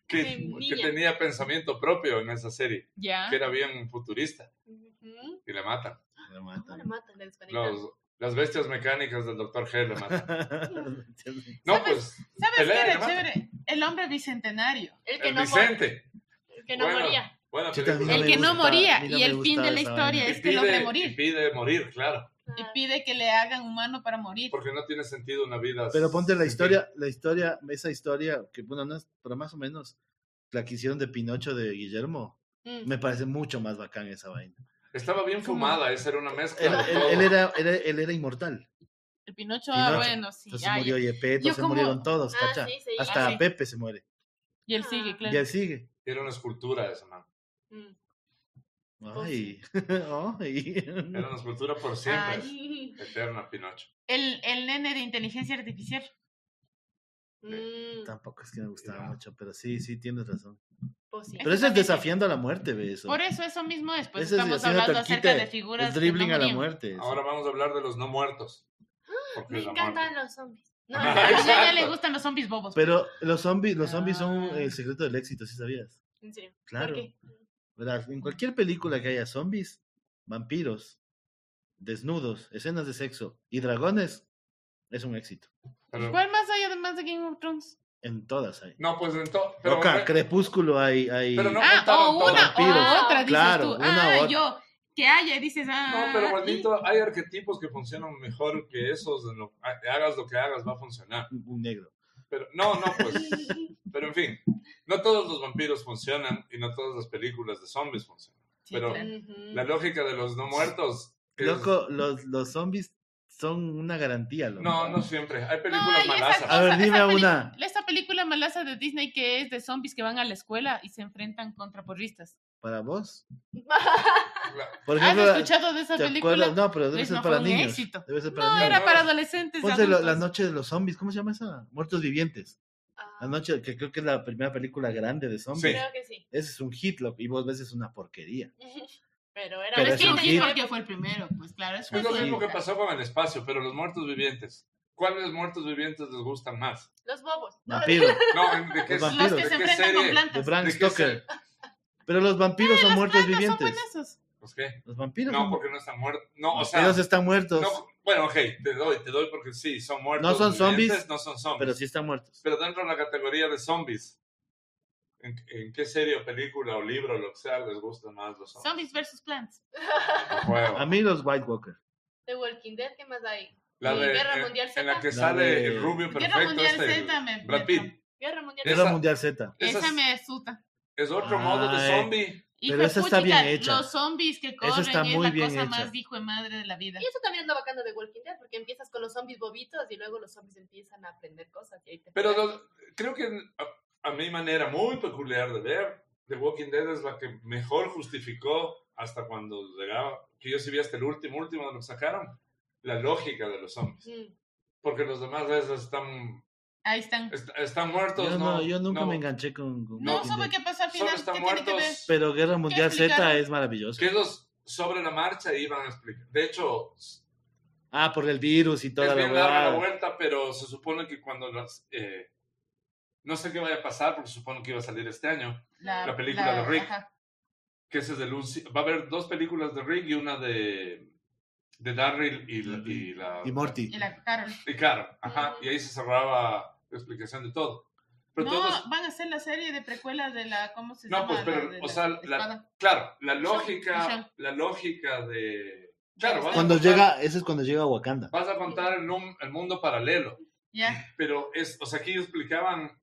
Speaker 3: que,
Speaker 1: Sí,
Speaker 3: que
Speaker 1: niña.
Speaker 3: tenía pensamiento propio en esa serie.
Speaker 2: Ya.
Speaker 3: Que era bien futurista.
Speaker 1: Ujú.
Speaker 3: Y la matan.
Speaker 4: La
Speaker 1: ¿Cómo le
Speaker 4: matan.
Speaker 1: matan? Le desconectan.
Speaker 3: Los, las bestias mecánicas del Dr. G la
Speaker 2: [laughs]
Speaker 3: matan. No,
Speaker 2: ¿Sabes?
Speaker 3: pues...
Speaker 2: ¿Sabes qué
Speaker 3: pelea y la
Speaker 2: era
Speaker 3: matan.
Speaker 2: chévere? El hombre bicentenario.
Speaker 1: El que
Speaker 3: El
Speaker 1: no, mor-
Speaker 3: Vicente.
Speaker 1: el que no
Speaker 3: Bueno,
Speaker 1: moría.
Speaker 3: buena
Speaker 4: Yo
Speaker 3: película.
Speaker 4: también
Speaker 2: El
Speaker 4: me
Speaker 2: que no
Speaker 4: gusta,
Speaker 2: moría,
Speaker 4: a mí no
Speaker 2: y
Speaker 4: me
Speaker 2: el fin
Speaker 4: gusta
Speaker 2: de la
Speaker 4: esa
Speaker 2: historia
Speaker 4: vaina.
Speaker 2: es- que logre morir.
Speaker 3: y pide morir, claro.
Speaker 2: Y pide que le hagan humano para morir.
Speaker 3: Porque no tiene sentido una vida.
Speaker 4: [laughs] Pero ponte la
Speaker 3: sin
Speaker 4: historia, la historia, esa historia, que bueno, no es, pero más o menos la que hicieron de Pinocho de Guillermo,
Speaker 1: Mm.
Speaker 4: me parece mucho más bacán esa vaina.
Speaker 3: fin. Estaba bien fumada, esa era una
Speaker 4: Él,
Speaker 3: mezcla. de
Speaker 4: él-
Speaker 3: todo.
Speaker 4: él era, era- él era inmortal.
Speaker 2: El Pinocho, ah,
Speaker 4: Pinocho.
Speaker 2: bueno, sí.
Speaker 4: Entonces
Speaker 2: ah,
Speaker 4: murió
Speaker 2: ya.
Speaker 4: Yepeto,
Speaker 2: Yo
Speaker 4: se
Speaker 2: como-
Speaker 4: murieron todos,
Speaker 1: Ah,
Speaker 4: ¿cacha?
Speaker 1: sí, sí,
Speaker 4: Hasta
Speaker 2: ah, sí.
Speaker 4: Pepe se muere.
Speaker 2: Y él
Speaker 3: [gasps]
Speaker 2: sigue, claro.
Speaker 4: Y él sigue.
Speaker 3: Era una escultura esa, man.
Speaker 1: Mm.
Speaker 2: Oh,
Speaker 4: Ay, [laughs] ay.
Speaker 3: Era una escultura por siempre. Eh,
Speaker 1: Ay.
Speaker 3: Eterna, Pinocho.
Speaker 2: El, el nene de inteligencia artificial.
Speaker 1: Mm.
Speaker 4: Tampoco es que me gustaba
Speaker 3: Ya.
Speaker 4: mucho, pero sí, sí, tienes razón.
Speaker 1: Pues sí.
Speaker 4: Pero eso es desafiando a la muerte, ve eso.
Speaker 2: Por eso, eso mismo después
Speaker 4: Ese
Speaker 2: Pues
Speaker 4: es
Speaker 2: estamos
Speaker 4: haciendo
Speaker 2: hablando
Speaker 4: talquita,
Speaker 2: acerca de figuras.
Speaker 4: el
Speaker 2: que no
Speaker 4: dribbling a la
Speaker 2: morían.
Speaker 4: muerte. eso.
Speaker 3: Ahora vamos a hablar de los no muertos.
Speaker 2: ¡Ah!
Speaker 3: Porque
Speaker 1: Me
Speaker 3: es la
Speaker 1: encantan
Speaker 3: muerte.
Speaker 1: los zombies. No,
Speaker 2: A
Speaker 3: Ah,
Speaker 2: la niña
Speaker 3: exacto.
Speaker 2: le gustan los zombies bobos.
Speaker 4: Pero los zombies, los zombies
Speaker 2: Ah.
Speaker 4: son el secreto del éxito, ¿sí sabías?
Speaker 1: en serio. ¿Por
Speaker 4: Claro.
Speaker 1: qué?
Speaker 4: ¿Verdad? En cualquier película que haya zombies, vampiros, desnudos, escenas de sexo y dragones, es un éxito.
Speaker 3: Pero-
Speaker 2: ¿Cuál más hay además de Game of Thrones?
Speaker 4: En todas hay.
Speaker 3: No, pues en todo. Pero,
Speaker 4: Loca, Crepúsculo hay. hay...
Speaker 3: Pero no-
Speaker 2: ah,
Speaker 3: contaban
Speaker 2: o
Speaker 3: todos.
Speaker 2: una
Speaker 4: Vampiros.
Speaker 2: o otra, dices
Speaker 4: Claro,
Speaker 2: tú.
Speaker 4: una
Speaker 2: ah,
Speaker 4: u otra.
Speaker 2: yo, que haya, y dices, ah.
Speaker 3: no, pero
Speaker 2: y-
Speaker 3: maldito, hay arquetipos que funcionan mejor que esos. de lo- hagas lo que hagas, va a funcionar.
Speaker 4: Un un negro.
Speaker 3: Pero no, no,
Speaker 1: [laughs]
Speaker 3: pues.
Speaker 2: [laughs]
Speaker 3: Pero en fin, no todos los vampiros funcionan y no todas las películas de zombies funcionan.
Speaker 2: Sí,
Speaker 3: pero-
Speaker 2: claro.
Speaker 1: Ujú.
Speaker 3: La lógica de los no muertos. es-
Speaker 4: Loco, los, los zombies son una garantía, loco.
Speaker 3: No, no siempre. Hay
Speaker 2: No,
Speaker 3: películas
Speaker 2: y esa
Speaker 3: malasas.
Speaker 4: A ver,
Speaker 2: Esa
Speaker 4: dime
Speaker 2: peli-
Speaker 4: una.
Speaker 2: Esta película malaza de Disney que es de zombies que van a la escuela y se enfrentan contra porristas.
Speaker 4: Para vos.
Speaker 3: Ah, La-
Speaker 4: Por
Speaker 2: ¿Has
Speaker 4: ejemplo,
Speaker 2: escuchado de esa
Speaker 4: ¿te
Speaker 2: película?
Speaker 4: acuerdas? No, pero debe
Speaker 2: Pues
Speaker 4: ser
Speaker 2: no
Speaker 4: para
Speaker 2: fue un
Speaker 4: niños.
Speaker 2: éxito.
Speaker 4: Debe ser para
Speaker 2: No,
Speaker 4: niños.
Speaker 2: era para
Speaker 3: [laughs]
Speaker 2: adolescentes.
Speaker 4: Ponte lo- la
Speaker 2: adultos.
Speaker 4: noche de los zombies, ¿cómo se llama esa? Muertos vivientes.
Speaker 1: [laughs] Ah,
Speaker 4: La noche, que creo que es la primera película grande de zombies.
Speaker 3: Sí.
Speaker 1: Creo que sí.
Speaker 4: Ese es un hit, loco, y vos ves es una
Speaker 3: [laughs]
Speaker 4: porquería.
Speaker 1: [laughs] Pero era
Speaker 4: Pero
Speaker 2: Pero
Speaker 1: más
Speaker 2: es que
Speaker 4: es un
Speaker 2: Disney
Speaker 4: hit.
Speaker 2: porque fue el primero, pues claro, es
Speaker 3: Es lo
Speaker 4: Sí.
Speaker 3: mismo que pasó con el espacio, pero los muertos vivientes. ¿Cuáles muertos vivientes les gustan más?
Speaker 1: Los bobos. No,
Speaker 4: Vampiro,
Speaker 3: No, ¿en- ¿de qué,
Speaker 2: Los
Speaker 4: Los vampiros.
Speaker 3: ¿de
Speaker 2: que se
Speaker 3: qué
Speaker 2: enfrentan con
Speaker 3: serie?
Speaker 4: de
Speaker 2: plantas.
Speaker 4: Bram
Speaker 3: ¿De qué Eh,
Speaker 4: Stoker.
Speaker 3: serie?
Speaker 4: Pero los vampiros son muertos
Speaker 2: No, son
Speaker 4: vivientes.
Speaker 2: buenazos.
Speaker 3: Pues qué.
Speaker 4: Los vampiros
Speaker 3: No,
Speaker 4: son-
Speaker 3: porque no están muertos. No, o
Speaker 4: los
Speaker 3: sea.
Speaker 4: vampiros están muertos,
Speaker 3: no- bueno, ok, te doy, te doy porque sí, son muertos.
Speaker 4: No son
Speaker 3: vivientes,
Speaker 4: zombies,
Speaker 3: No son zombies.
Speaker 4: pero
Speaker 3: Pero,
Speaker 4: sí están muertos.
Speaker 3: dentro de la categoría de zombies, ¿en, en qué serie o película o libro, lo que sea, les gustan más los zombies?
Speaker 2: Zombies versus plants.
Speaker 3: O juego.
Speaker 4: A mí los White Walker.
Speaker 1: The Walking Dead, ¿qué más hay?
Speaker 3: La
Speaker 1: Sí,
Speaker 3: de,
Speaker 1: Guerra
Speaker 3: en-
Speaker 1: Mundial
Speaker 3: en la
Speaker 1: Z.
Speaker 3: que
Speaker 4: La
Speaker 3: sale
Speaker 4: de-
Speaker 3: el rubio perfecto.
Speaker 2: Guerra Mundial
Speaker 3: este,
Speaker 2: Z me.
Speaker 3: Brad
Speaker 2: me-
Speaker 3: pitt.
Speaker 1: Guerra Mundial
Speaker 4: Guerra
Speaker 3: Esa-
Speaker 4: Mundial Z.
Speaker 3: Esa
Speaker 2: Esa
Speaker 3: es-
Speaker 2: me asusta.
Speaker 3: Es otro modo de
Speaker 4: Ay.
Speaker 3: zombie.
Speaker 4: Pero
Speaker 2: Hijo
Speaker 4: esa
Speaker 2: de
Speaker 4: está
Speaker 2: puchica,
Speaker 4: bien hecha.
Speaker 2: Los zombies que corren
Speaker 4: está
Speaker 2: es
Speaker 4: muy
Speaker 2: la
Speaker 4: bien
Speaker 2: cosa
Speaker 4: hecha.
Speaker 2: más hijo de madre de la vida.
Speaker 1: Y eso también es lo bacano de Walking Dead, porque empiezas con los zombies bobitos y luego los zombies empiezan a aprender cosas. Y ahí te
Speaker 3: Pero los- creo que a, a mi manera muy peculiar de ver, The Walking Dead es la que mejor justificó hasta cuando llegaba, que yo sí vi hasta el último, último de lo que sacaron, la lógica de los zombies.
Speaker 1: Mm.
Speaker 3: Porque los demás veces están,
Speaker 2: Ahí están.
Speaker 3: est- están muertos.
Speaker 4: Yo, no, yo nunca
Speaker 3: no.
Speaker 4: me enganché con, con
Speaker 2: No,
Speaker 4: Walking
Speaker 2: supe
Speaker 4: Dead.
Speaker 2: qué pasó al
Speaker 3: Solo
Speaker 2: final. ¿Qué
Speaker 3: están
Speaker 2: tiene que ver?
Speaker 3: muertos.
Speaker 4: Pero Guerra Mundial Z
Speaker 2: explicaron?
Speaker 4: es maravillosa.
Speaker 3: Que ellos sobre la marcha iban a explicar. De hecho,
Speaker 4: Ah, por el virus y toda
Speaker 3: es
Speaker 4: la
Speaker 3: bien larga la
Speaker 4: huevada.
Speaker 3: vuelta, pero se supone que cuando las... eh, no sé qué vaya a pasar, porque se supone que iba a salir este año. La película de Rick.
Speaker 2: ajá.
Speaker 3: que ese es de Lucy. Va a haber dos películas de Rick y una de, de Darryl y, la- y la.
Speaker 4: Y Morty.
Speaker 2: Y la Carol.
Speaker 3: Y Carol. Ajá. Y ahí se cerraba la explicación de todo. [laughs] Pero
Speaker 2: no,
Speaker 3: todos.
Speaker 2: van a hacer la serie de precuelas de la. ¿Cómo se
Speaker 3: No,
Speaker 2: llama?
Speaker 3: pues, pero,
Speaker 2: La de
Speaker 3: o sea, la-
Speaker 2: espada.
Speaker 3: Claro, la lógica.
Speaker 2: Michelle.
Speaker 3: La lógica de. Claro, vas a
Speaker 4: Cuando
Speaker 3: contar-
Speaker 4: llega, ese es cuando llega a Wakanda.
Speaker 3: Vas a contar el, num- el mundo paralelo.
Speaker 2: Ya.
Speaker 3: Pero es. O sea, aquí explicaban.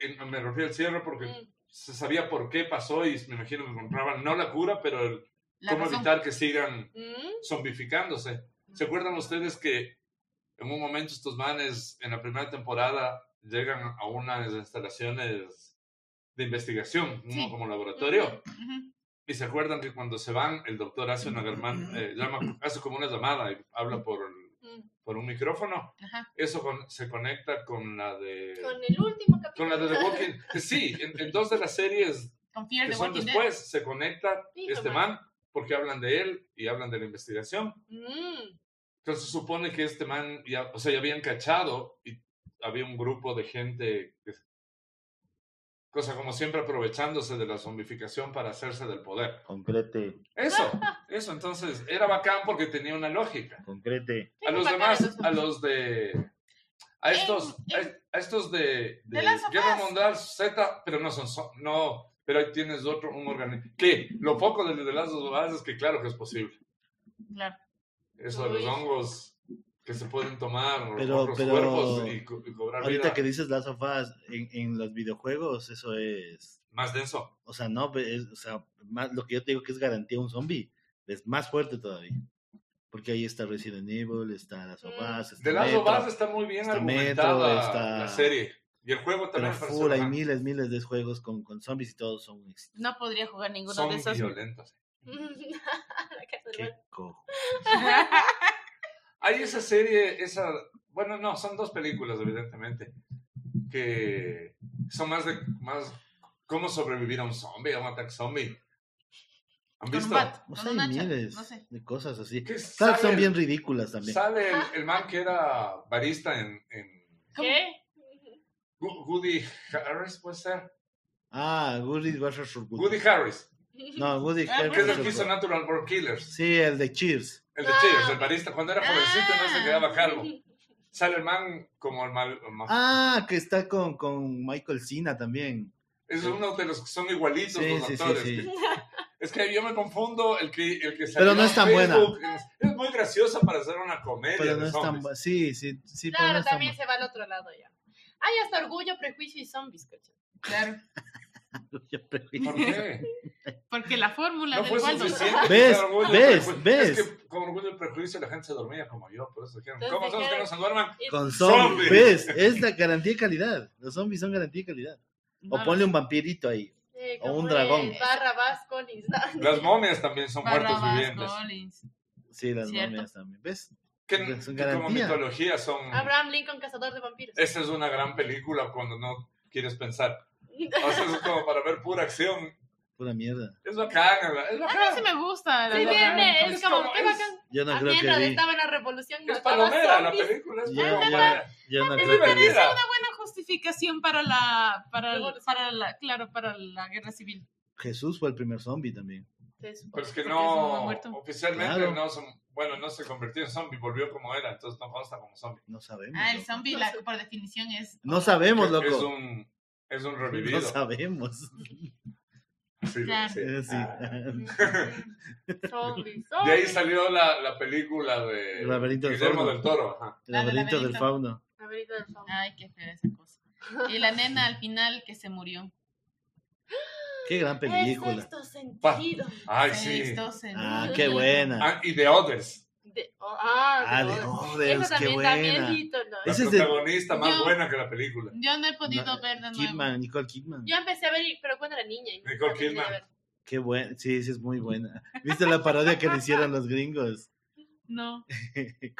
Speaker 3: en- me refiero al cierre porque
Speaker 1: Mm.
Speaker 3: se sabía por qué pasó y me imagino que encontraban no la cura, pero el
Speaker 2: La
Speaker 3: cómo
Speaker 2: razón.
Speaker 3: evitar que sigan
Speaker 1: Mm.
Speaker 3: zombificándose. ¿Se acuerdan ustedes que en un momento estos manes en la primera temporada llegan a unas instalaciones de investigación, ¿no?
Speaker 2: Sí.
Speaker 3: como laboratorio?
Speaker 2: Ujú.
Speaker 3: Y se acuerdan que cuando se van, el doctor hace una germán, eh, llama, hace como una llamada y habla por el
Speaker 1: Mm.
Speaker 3: por un micrófono.
Speaker 2: Ajá.
Speaker 3: Eso con- se conecta con la de...
Speaker 1: Con el último capítulo.
Speaker 3: Con la de The Walking Sí, en, en dos de las series
Speaker 2: Con Fear
Speaker 3: que
Speaker 2: the
Speaker 3: son
Speaker 2: Walking Dead.
Speaker 3: después se conecta
Speaker 1: Hijo,
Speaker 3: este
Speaker 1: mano.
Speaker 3: man porque hablan de él y hablan de la investigación.
Speaker 1: [laughs] Mm.
Speaker 3: Entonces supone que este man, ya, o sea, ya habían cachado y había un grupo de gente, que- cosa como siempre aprovechándose de la zombificación para hacerse del poder.
Speaker 4: Concrete,
Speaker 3: Eso, eso, entonces era bacán porque tenía una lógica.
Speaker 4: concrete.
Speaker 3: A
Speaker 1: Sí,
Speaker 3: los
Speaker 1: bacán,
Speaker 3: demás,
Speaker 1: esos
Speaker 3: a los de... A
Speaker 2: En-
Speaker 3: estos,
Speaker 2: en-
Speaker 3: a, a estos de, de
Speaker 2: The Last of
Speaker 3: Guerra
Speaker 2: Us.
Speaker 3: Mundial Z, pero no son, zo- no, pero ahí tienes otro, un organismo. Que lo poco de, de las dos es que claro que es posible.
Speaker 2: Claro.
Speaker 3: Eso de
Speaker 1: Uy.
Speaker 3: los hongos que se pueden tomar,
Speaker 4: Pero-
Speaker 3: otros
Speaker 4: pero-
Speaker 3: cuerpos y, co- y cobrar
Speaker 4: Ahorita
Speaker 3: vida
Speaker 4: que dices Last of Us, en, en los videojuegos, eso es.
Speaker 3: más denso.
Speaker 4: O sea, no, pe- es- o sea, más, lo que yo te digo que es garantía un zombie, es más fuerte todavía. Porque ahí está Resident Evil, está Last of
Speaker 1: Mm.
Speaker 4: Us, está
Speaker 3: De Last of
Speaker 4: Metro,
Speaker 3: Us está muy bien
Speaker 4: está
Speaker 3: argumentada
Speaker 4: Metro, está-
Speaker 3: la serie. Y el juego
Speaker 4: pero
Speaker 3: también parece
Speaker 4: full, hay
Speaker 3: bacán.
Speaker 4: miles, miles de juegos con, con zombies y todos son éxitos.
Speaker 2: No podría jugar ninguno
Speaker 3: son
Speaker 2: de esos. [laughs]
Speaker 3: violentos.
Speaker 1: [laughs] La casa del
Speaker 4: Qué
Speaker 1: mal.
Speaker 4: cojo.
Speaker 3: Hay esa serie, esa, bueno, no, son dos películas evidentemente que son más de más cómo sobrevivir a un zombie, a un ataque zombie. ¿Han
Speaker 2: Con un
Speaker 3: visto?
Speaker 2: bat,
Speaker 4: O
Speaker 2: con
Speaker 4: sea, hay
Speaker 2: un hacha,
Speaker 4: miles
Speaker 2: No sé.
Speaker 4: de cosas así.
Speaker 3: Que
Speaker 4: Claro, son
Speaker 3: sale-
Speaker 4: bien ridículas también.
Speaker 3: Sale el, el man que era barista en, en
Speaker 1: ¿Qué?
Speaker 3: Gu- Woody Harris, puede ser.
Speaker 4: Ah, Woody versus Woody.
Speaker 3: Woody Harris,
Speaker 4: No, Woody
Speaker 2: [laughs] Ah,
Speaker 3: que es el
Speaker 4: versus
Speaker 3: que hizo
Speaker 4: Woody.
Speaker 3: Natural Born Killers,
Speaker 4: Sí, el de Cheers.
Speaker 3: el de
Speaker 1: Ah.
Speaker 3: Cheers, el barista. Cuando era jovencito no
Speaker 4: Ah.
Speaker 3: se quedaba
Speaker 1: [laughs]
Speaker 4: [laughs]
Speaker 3: calvo.
Speaker 1: Sí,
Speaker 3: Sale el man como el mal. el mal-
Speaker 4: Ah, que está con, con Michael Cena también.
Speaker 3: es
Speaker 4: sí.
Speaker 3: uno de los que son igualitos
Speaker 4: Sí,
Speaker 3: los
Speaker 4: sí, sí,
Speaker 3: actores.
Speaker 4: sí.
Speaker 3: Es que yo me confundo el que, el que
Speaker 4: Pero no
Speaker 3: en
Speaker 4: es tan buena.
Speaker 3: Facebook, Es, es muy graciosa para hacer una comedia.
Speaker 4: Pero
Speaker 3: de
Speaker 4: no es tan...
Speaker 3: zombies.
Speaker 4: bu- Sí, sí, sí, pero no
Speaker 1: Claro,
Speaker 4: es tan
Speaker 1: también
Speaker 4: bu-
Speaker 1: se va al otro lado ya. Hay hasta orgullo, prejuicio y zombies, coche.
Speaker 2: Claro.
Speaker 4: [laughs] Yo prefiero-
Speaker 3: ¿Por qué?
Speaker 4: [laughs]
Speaker 2: Porque la fórmula
Speaker 3: No
Speaker 2: del
Speaker 3: fue
Speaker 2: Waldo.
Speaker 3: suficiente.
Speaker 4: ¿Ves?
Speaker 3: Era orgullo y
Speaker 4: ¿Ves?
Speaker 3: prejuicio.
Speaker 4: ¿Ves?
Speaker 3: Es que con orgullo y prejuicio la gente se dormía como yo. Por eso dijeron,
Speaker 1: Entonces
Speaker 3: ¿cómo son los que
Speaker 1: dijeron-
Speaker 3: no se duerman?
Speaker 1: Este,
Speaker 4: Con
Speaker 3: Zombies.
Speaker 4: zombies. ¿Ves? Es la garantía de calidad. Los zombies son garantía de calidad.
Speaker 2: No,
Speaker 4: O ponle un vampirito ahí.
Speaker 1: Eh,
Speaker 4: O un
Speaker 1: como
Speaker 4: dragón.
Speaker 1: de Barrabás Collins. ¿no?
Speaker 3: Las momias también son muertos
Speaker 2: Barrabás,
Speaker 3: vivientes.
Speaker 2: Collins.
Speaker 4: Sí, las
Speaker 2: Cierto.
Speaker 4: momias también. ¿Ves?
Speaker 3: Que,
Speaker 4: Pues, Son
Speaker 3: que como
Speaker 4: garantía.
Speaker 3: mitología
Speaker 1: [laughs]
Speaker 3: son...
Speaker 1: Abraham Lincoln, cazador de vampiros. [laughs]
Speaker 3: Esa es una gran película cuando no quieres pensar. O sea, es como para ver pura acción.
Speaker 4: Pura mierda.
Speaker 3: Es bacán, es
Speaker 2: A mí
Speaker 3: bacán.
Speaker 2: sí me gusta. la
Speaker 1: Sí,
Speaker 2: verdad.
Speaker 1: viene, es
Speaker 3: Es
Speaker 1: como,
Speaker 3: como-
Speaker 1: qué
Speaker 3: es-
Speaker 1: bacán.
Speaker 4: Yo no
Speaker 1: Ah,
Speaker 4: creo
Speaker 1: mientras
Speaker 4: que vi.
Speaker 1: estaba en la revolución,
Speaker 3: Es
Speaker 1: mataba
Speaker 3: palomera la
Speaker 1: zombies.
Speaker 3: película. Es
Speaker 4: Yo,
Speaker 3: como
Speaker 4: yo-
Speaker 3: para-
Speaker 4: yo no
Speaker 3: es
Speaker 4: creo que vi.
Speaker 3: divertida.
Speaker 2: Una buena justificación para la, para, el- para la, claro, para la guerra civil.
Speaker 4: Jesús fue el primer zombie también.
Speaker 1: Entonces,
Speaker 3: Pero es
Speaker 2: Porque
Speaker 3: que
Speaker 2: es un hombre
Speaker 3: no,
Speaker 2: muerto.
Speaker 3: oficialmente
Speaker 4: Claro.
Speaker 3: no son, bueno, no se convirtió en zombie, volvió como era, entonces no consta como zombie.
Speaker 4: No sabemos.
Speaker 2: Ah, el
Speaker 4: loco.
Speaker 2: zombie, la- por definición, es.
Speaker 4: No sabemos,
Speaker 3: Es
Speaker 4: loco.
Speaker 3: un, es un revivido. [laughs]
Speaker 4: No sabemos.
Speaker 3: Sí,
Speaker 2: Claro.
Speaker 3: sí.
Speaker 4: Sí.
Speaker 1: zombies,
Speaker 3: [laughs] Ah. De ahí
Speaker 1: zombies.
Speaker 3: salió la, la película de
Speaker 4: El laberinto del
Speaker 3: Guillermo
Speaker 4: fauno.
Speaker 3: del Toro. ajá.
Speaker 4: El
Speaker 2: La del
Speaker 4: laberinto del
Speaker 2: laberinto.
Speaker 4: fauno.
Speaker 1: Favorito del zombie.
Speaker 2: Ay, qué fea esa cosa. Y la nena al final que se murió.
Speaker 4: Qué gran
Speaker 1: El
Speaker 4: película.
Speaker 1: sexto sentido.
Speaker 3: Ay, sí.
Speaker 2: Sexto sentido.
Speaker 4: Ah,
Speaker 2: [laughs]
Speaker 4: qué buena.
Speaker 3: Ah, y The Others.
Speaker 1: De- oh, ah,
Speaker 4: Ah,
Speaker 1: no.
Speaker 4: de Others,
Speaker 1: Esa
Speaker 4: qué
Speaker 1: también,
Speaker 4: buena.
Speaker 1: también hito, ¿no?
Speaker 3: La
Speaker 4: Ese es de-
Speaker 3: protagonista más
Speaker 2: Yo-
Speaker 3: buena que la película.
Speaker 2: Yo no he podido
Speaker 4: No,
Speaker 2: ver de nuevo.
Speaker 4: Kidman, Nicole Kidman.
Speaker 1: Yo empecé a ver, pero cuando era niña. y nunca
Speaker 3: Nicole
Speaker 1: terminé de
Speaker 3: Kidman.
Speaker 1: ver.
Speaker 4: Qué buena. Sí, sí, es muy buena. ¿Viste la parodia que le hicieron los gringos? [laughs]
Speaker 2: No.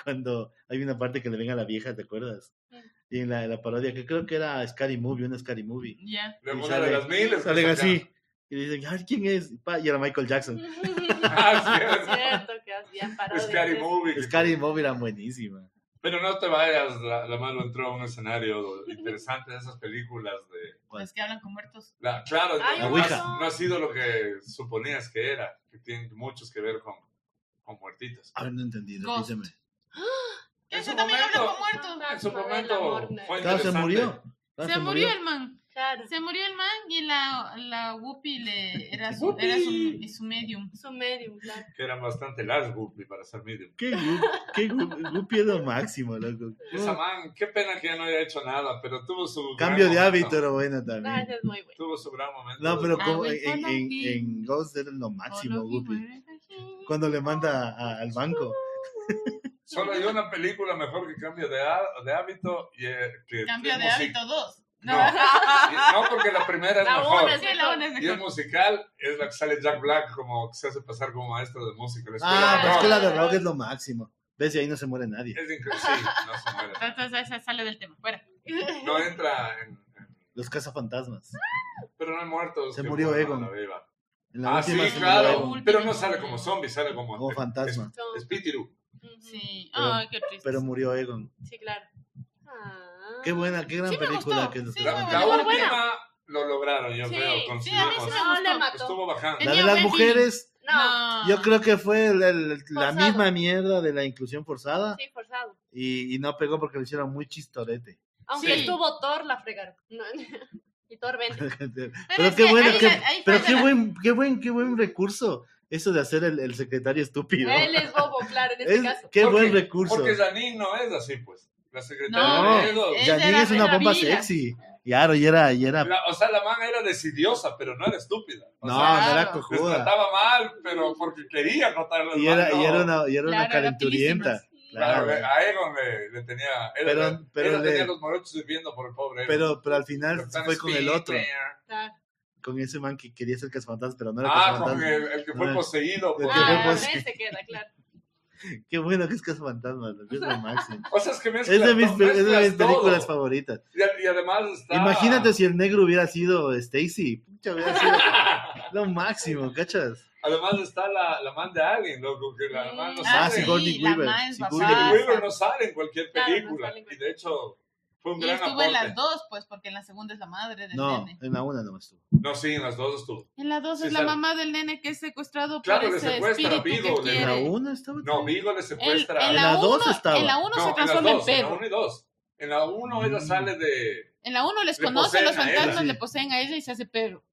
Speaker 4: Cuando hay una parte que le ven a la vieja, ¿te acuerdas? Y en la, la parodia, que creo que era Scary Movie, una Scary Movie.
Speaker 2: Ya.
Speaker 3: De
Speaker 4: Y
Speaker 3: una
Speaker 4: sale-
Speaker 3: de las miles. pues, que
Speaker 4: Salen
Speaker 3: sacaron.
Speaker 4: así. Y dicen, "Ay, ¿quién es? Pa, Y era Michael Jackson.
Speaker 3: [laughs]
Speaker 1: [laughs]
Speaker 3: Ah,
Speaker 1: Cierto que hacían
Speaker 3: sí, es
Speaker 1: parodias.
Speaker 3: Scary Movie.
Speaker 4: Scary Movie era buenísima.
Speaker 3: Pero no te vayas, la, la mano entró a un escenario interesante de esas películas de...
Speaker 4: ¿Cuál?
Speaker 2: Los que hablan con muertos.
Speaker 3: La- claro,
Speaker 1: Ay,
Speaker 3: no,
Speaker 4: La
Speaker 3: no
Speaker 4: Ouija.
Speaker 3: has- no ha sido lo que suponías que era, que tiene muchos que ver con, con muertitos.
Speaker 4: A ver, no entendí,
Speaker 2: Ghost.
Speaker 4: repíteme.
Speaker 3: En
Speaker 2: Ese
Speaker 3: su
Speaker 2: también habla
Speaker 3: momento-
Speaker 2: con muertos.
Speaker 3: En su
Speaker 1: Fantasma del
Speaker 3: momento
Speaker 1: amor, ¿no?
Speaker 3: fue
Speaker 4: Claro, Ah, se
Speaker 3: interesante.
Speaker 4: murió. Claro,
Speaker 2: Se murió el man.
Speaker 1: Claro.
Speaker 2: Se murió el man y la, la Whoopi le, era, su, era su,
Speaker 3: Whoopi.
Speaker 2: su medium.
Speaker 1: Su medium, claro.
Speaker 3: Que eran bastante largas, Guppy, para ser medium.
Speaker 4: Qué gu- qué gu- gupi es lo máximo, loco.
Speaker 3: Esa man, qué pena que ya no haya hecho nada, pero tuvo su. gran
Speaker 4: Cambio de
Speaker 3: momento.
Speaker 4: hábito era bueno
Speaker 1: No, esa
Speaker 4: también.
Speaker 1: Ah, es muy buena.
Speaker 3: Tuvo su gran momento.
Speaker 4: No, pero
Speaker 2: Ah,
Speaker 4: como
Speaker 2: güey,
Speaker 4: en, en-
Speaker 2: Gopi.
Speaker 4: en Ghost era lo máximo,
Speaker 2: Solo que
Speaker 4: Guppy.
Speaker 2: muere.
Speaker 4: Cuando le manda a- al banco.
Speaker 3: Solo hay una película mejor que cambio de, ha- de hábito y eh, que.
Speaker 2: Cambio
Speaker 3: es
Speaker 2: de
Speaker 3: musi-
Speaker 2: hábito 2.
Speaker 3: No.
Speaker 4: [laughs]
Speaker 3: y- no, porque la primera es
Speaker 1: La
Speaker 3: mejor.
Speaker 1: una es-
Speaker 2: Sí, la una es
Speaker 3: Y el
Speaker 2: mejor.
Speaker 3: musical es la que sale Jack Black como que se hace pasar como maestro de música. La escuela de
Speaker 4: Ah, la
Speaker 3: rock.
Speaker 4: escuela de rock es lo máximo. ¿Ves? Y ahí no se muere nadie.
Speaker 3: Es increíble. Sí, no se muere.
Speaker 2: [laughs] Ta- ta- ta- ta- Sale del tema. Fuera.
Speaker 1: [laughs]
Speaker 3: No entra en. en-
Speaker 4: Los cazafantasmas.
Speaker 3: Pero no hay muertos.
Speaker 4: Se
Speaker 3: que
Speaker 4: murió
Speaker 3: mueran
Speaker 4: Egon.
Speaker 3: a la viva.
Speaker 4: En la
Speaker 3: Ah, sí,
Speaker 4: última se murió
Speaker 3: claro.
Speaker 4: Egon,
Speaker 3: Pero no sale como zombie, sale como.
Speaker 4: Como fantasma.
Speaker 3: Es, es Pitiru.
Speaker 2: Sí.
Speaker 4: Pero-
Speaker 2: Ay, qué triste.
Speaker 4: Pero murió Egon.
Speaker 1: Sí, claro. Ah.
Speaker 4: Qué buena, qué gran
Speaker 2: Sí me
Speaker 4: película
Speaker 2: gustó,
Speaker 4: que es.
Speaker 2: sí
Speaker 3: La,
Speaker 2: me
Speaker 3: la
Speaker 2: Muy
Speaker 3: última
Speaker 2: buena.
Speaker 3: lo lograron, yo
Speaker 1: Sí,
Speaker 3: creo. Con
Speaker 1: sí,
Speaker 3: su-
Speaker 2: a mí sí
Speaker 3: con-
Speaker 2: me
Speaker 1: No, le
Speaker 2: gustó.
Speaker 1: mató.
Speaker 3: Estuvo bajando.
Speaker 4: La de
Speaker 2: Tenía
Speaker 4: las
Speaker 2: buen
Speaker 4: mujeres,
Speaker 1: No,
Speaker 4: yo creo que fue el- el- la
Speaker 1: Forzado.
Speaker 4: misma mierda de la inclusión forzada
Speaker 1: sí, forzado.
Speaker 4: y, y no pegó porque lo hicieron muy chistorete. [laughs]
Speaker 1: Aunque
Speaker 2: Sí.
Speaker 1: estuvo Thor, la fregaron. [laughs] No, y Thor vende.
Speaker 4: [laughs] pero
Speaker 2: es
Speaker 4: qué
Speaker 2: que
Speaker 4: bueno,
Speaker 2: ahí
Speaker 4: qué,
Speaker 2: la- ahí
Speaker 4: pero
Speaker 2: falta
Speaker 4: qué
Speaker 2: la-
Speaker 4: buen, qué buen, qué buen recurso eso de hacer el, el secretario estúpido.
Speaker 1: Él es bobo, claro, en este
Speaker 4: Es-
Speaker 1: caso.
Speaker 4: qué
Speaker 3: Porque-
Speaker 4: buen recurso.
Speaker 3: Porque Janine no es así, pues. La secretaria
Speaker 2: No, Eh.
Speaker 3: de Egon.
Speaker 2: es-
Speaker 4: Janine
Speaker 2: era
Speaker 4: es una
Speaker 2: de la
Speaker 4: bomba
Speaker 2: vida.
Speaker 4: sexy. Claro, y era, y era,
Speaker 3: La- o sea, la man era decidiosa, pero no era estúpida. O
Speaker 4: no,
Speaker 3: sea,
Speaker 4: no era
Speaker 2: claro.
Speaker 3: les
Speaker 4: cojuda.
Speaker 3: trataba mal, pero porque quería tratar
Speaker 4: Y era, y era una, y era
Speaker 2: Claro,
Speaker 4: una
Speaker 2: era
Speaker 4: calenturienta.
Speaker 3: Claro,
Speaker 4: Claro.
Speaker 3: a Egon le, le tenía. Él,
Speaker 4: Pero-
Speaker 3: él
Speaker 4: pero
Speaker 3: tenía
Speaker 4: le-
Speaker 3: los morochos hirviendo por el pobre. Egon.
Speaker 4: Pero, pero al final se
Speaker 3: Capitán
Speaker 4: fue con el otro,
Speaker 3: Spinner.
Speaker 1: Claro.
Speaker 4: con ese man que quería ser cazafantasmas, pero no era
Speaker 3: Ah, con
Speaker 4: cazafantasmas.
Speaker 3: el, el que fue
Speaker 4: No.
Speaker 3: poseído.
Speaker 4: El
Speaker 3: por-
Speaker 4: que fue
Speaker 1: Ah,
Speaker 4: poseído.
Speaker 1: él se queda, claro.
Speaker 4: Qué bueno que es Cazafantasmas, lo que es lo máximo.
Speaker 3: O sea, es que
Speaker 4: Es
Speaker 3: [laughs] mezclas,
Speaker 4: de mis,
Speaker 3: to-
Speaker 4: es de mis
Speaker 3: mezclas
Speaker 4: películas
Speaker 3: todo.
Speaker 4: favoritas.
Speaker 3: Y, a- y además está.
Speaker 4: Imagínate si el negro hubiera sido Stacy. Pucha,
Speaker 3: [laughs]
Speaker 4: hubiera sido lo máximo, ¿cachas?
Speaker 3: Además está la, la man de Alien, loco, que la man no
Speaker 2: Ah,
Speaker 4: Ah,
Speaker 3: sale.
Speaker 2: sí,
Speaker 4: Sigourney
Speaker 2: la
Speaker 4: Weaver.
Speaker 2: más
Speaker 4: Sigourney
Speaker 2: basada.
Speaker 4: Weaver.
Speaker 3: Weaver no sale en cualquier
Speaker 1: Claro, no
Speaker 3: película.
Speaker 1: sale en
Speaker 3: y de hecho, fue un
Speaker 2: Y
Speaker 3: gran
Speaker 2: estuvo
Speaker 3: aporte.
Speaker 2: en las dos, pues, porque en la segunda es la madre del
Speaker 4: No,
Speaker 2: nene.
Speaker 4: en la una nomás estuvo.
Speaker 3: No, sí, en las dos estuvo.
Speaker 2: En la dos
Speaker 3: Sí,
Speaker 2: es la
Speaker 3: sale.
Speaker 2: mamá del nene que es secuestrado
Speaker 3: Claro,
Speaker 2: por
Speaker 3: le
Speaker 2: ese
Speaker 3: secuestra
Speaker 2: espíritu que
Speaker 3: vivo, le-
Speaker 4: En la
Speaker 2: quiere.
Speaker 4: una estaba.
Speaker 3: No, Vigo le
Speaker 2: En,
Speaker 3: secuestra.
Speaker 2: Mm. en
Speaker 4: En la
Speaker 2: la
Speaker 4: dos
Speaker 2: 1
Speaker 4: estaba.
Speaker 2: en la uno
Speaker 3: no,
Speaker 2: se
Speaker 3: en
Speaker 2: transforma
Speaker 3: las
Speaker 2: en
Speaker 3: dos, en la
Speaker 2: pedo.
Speaker 3: 1 y 2. En la 1 ella
Speaker 4: Mm.
Speaker 3: sale de...
Speaker 2: En la 1 les
Speaker 3: Le
Speaker 2: conoce,
Speaker 3: poseen
Speaker 2: los
Speaker 3: a ella.
Speaker 2: fantasmas
Speaker 4: Sí.
Speaker 2: le poseen a ella y se hace pedo.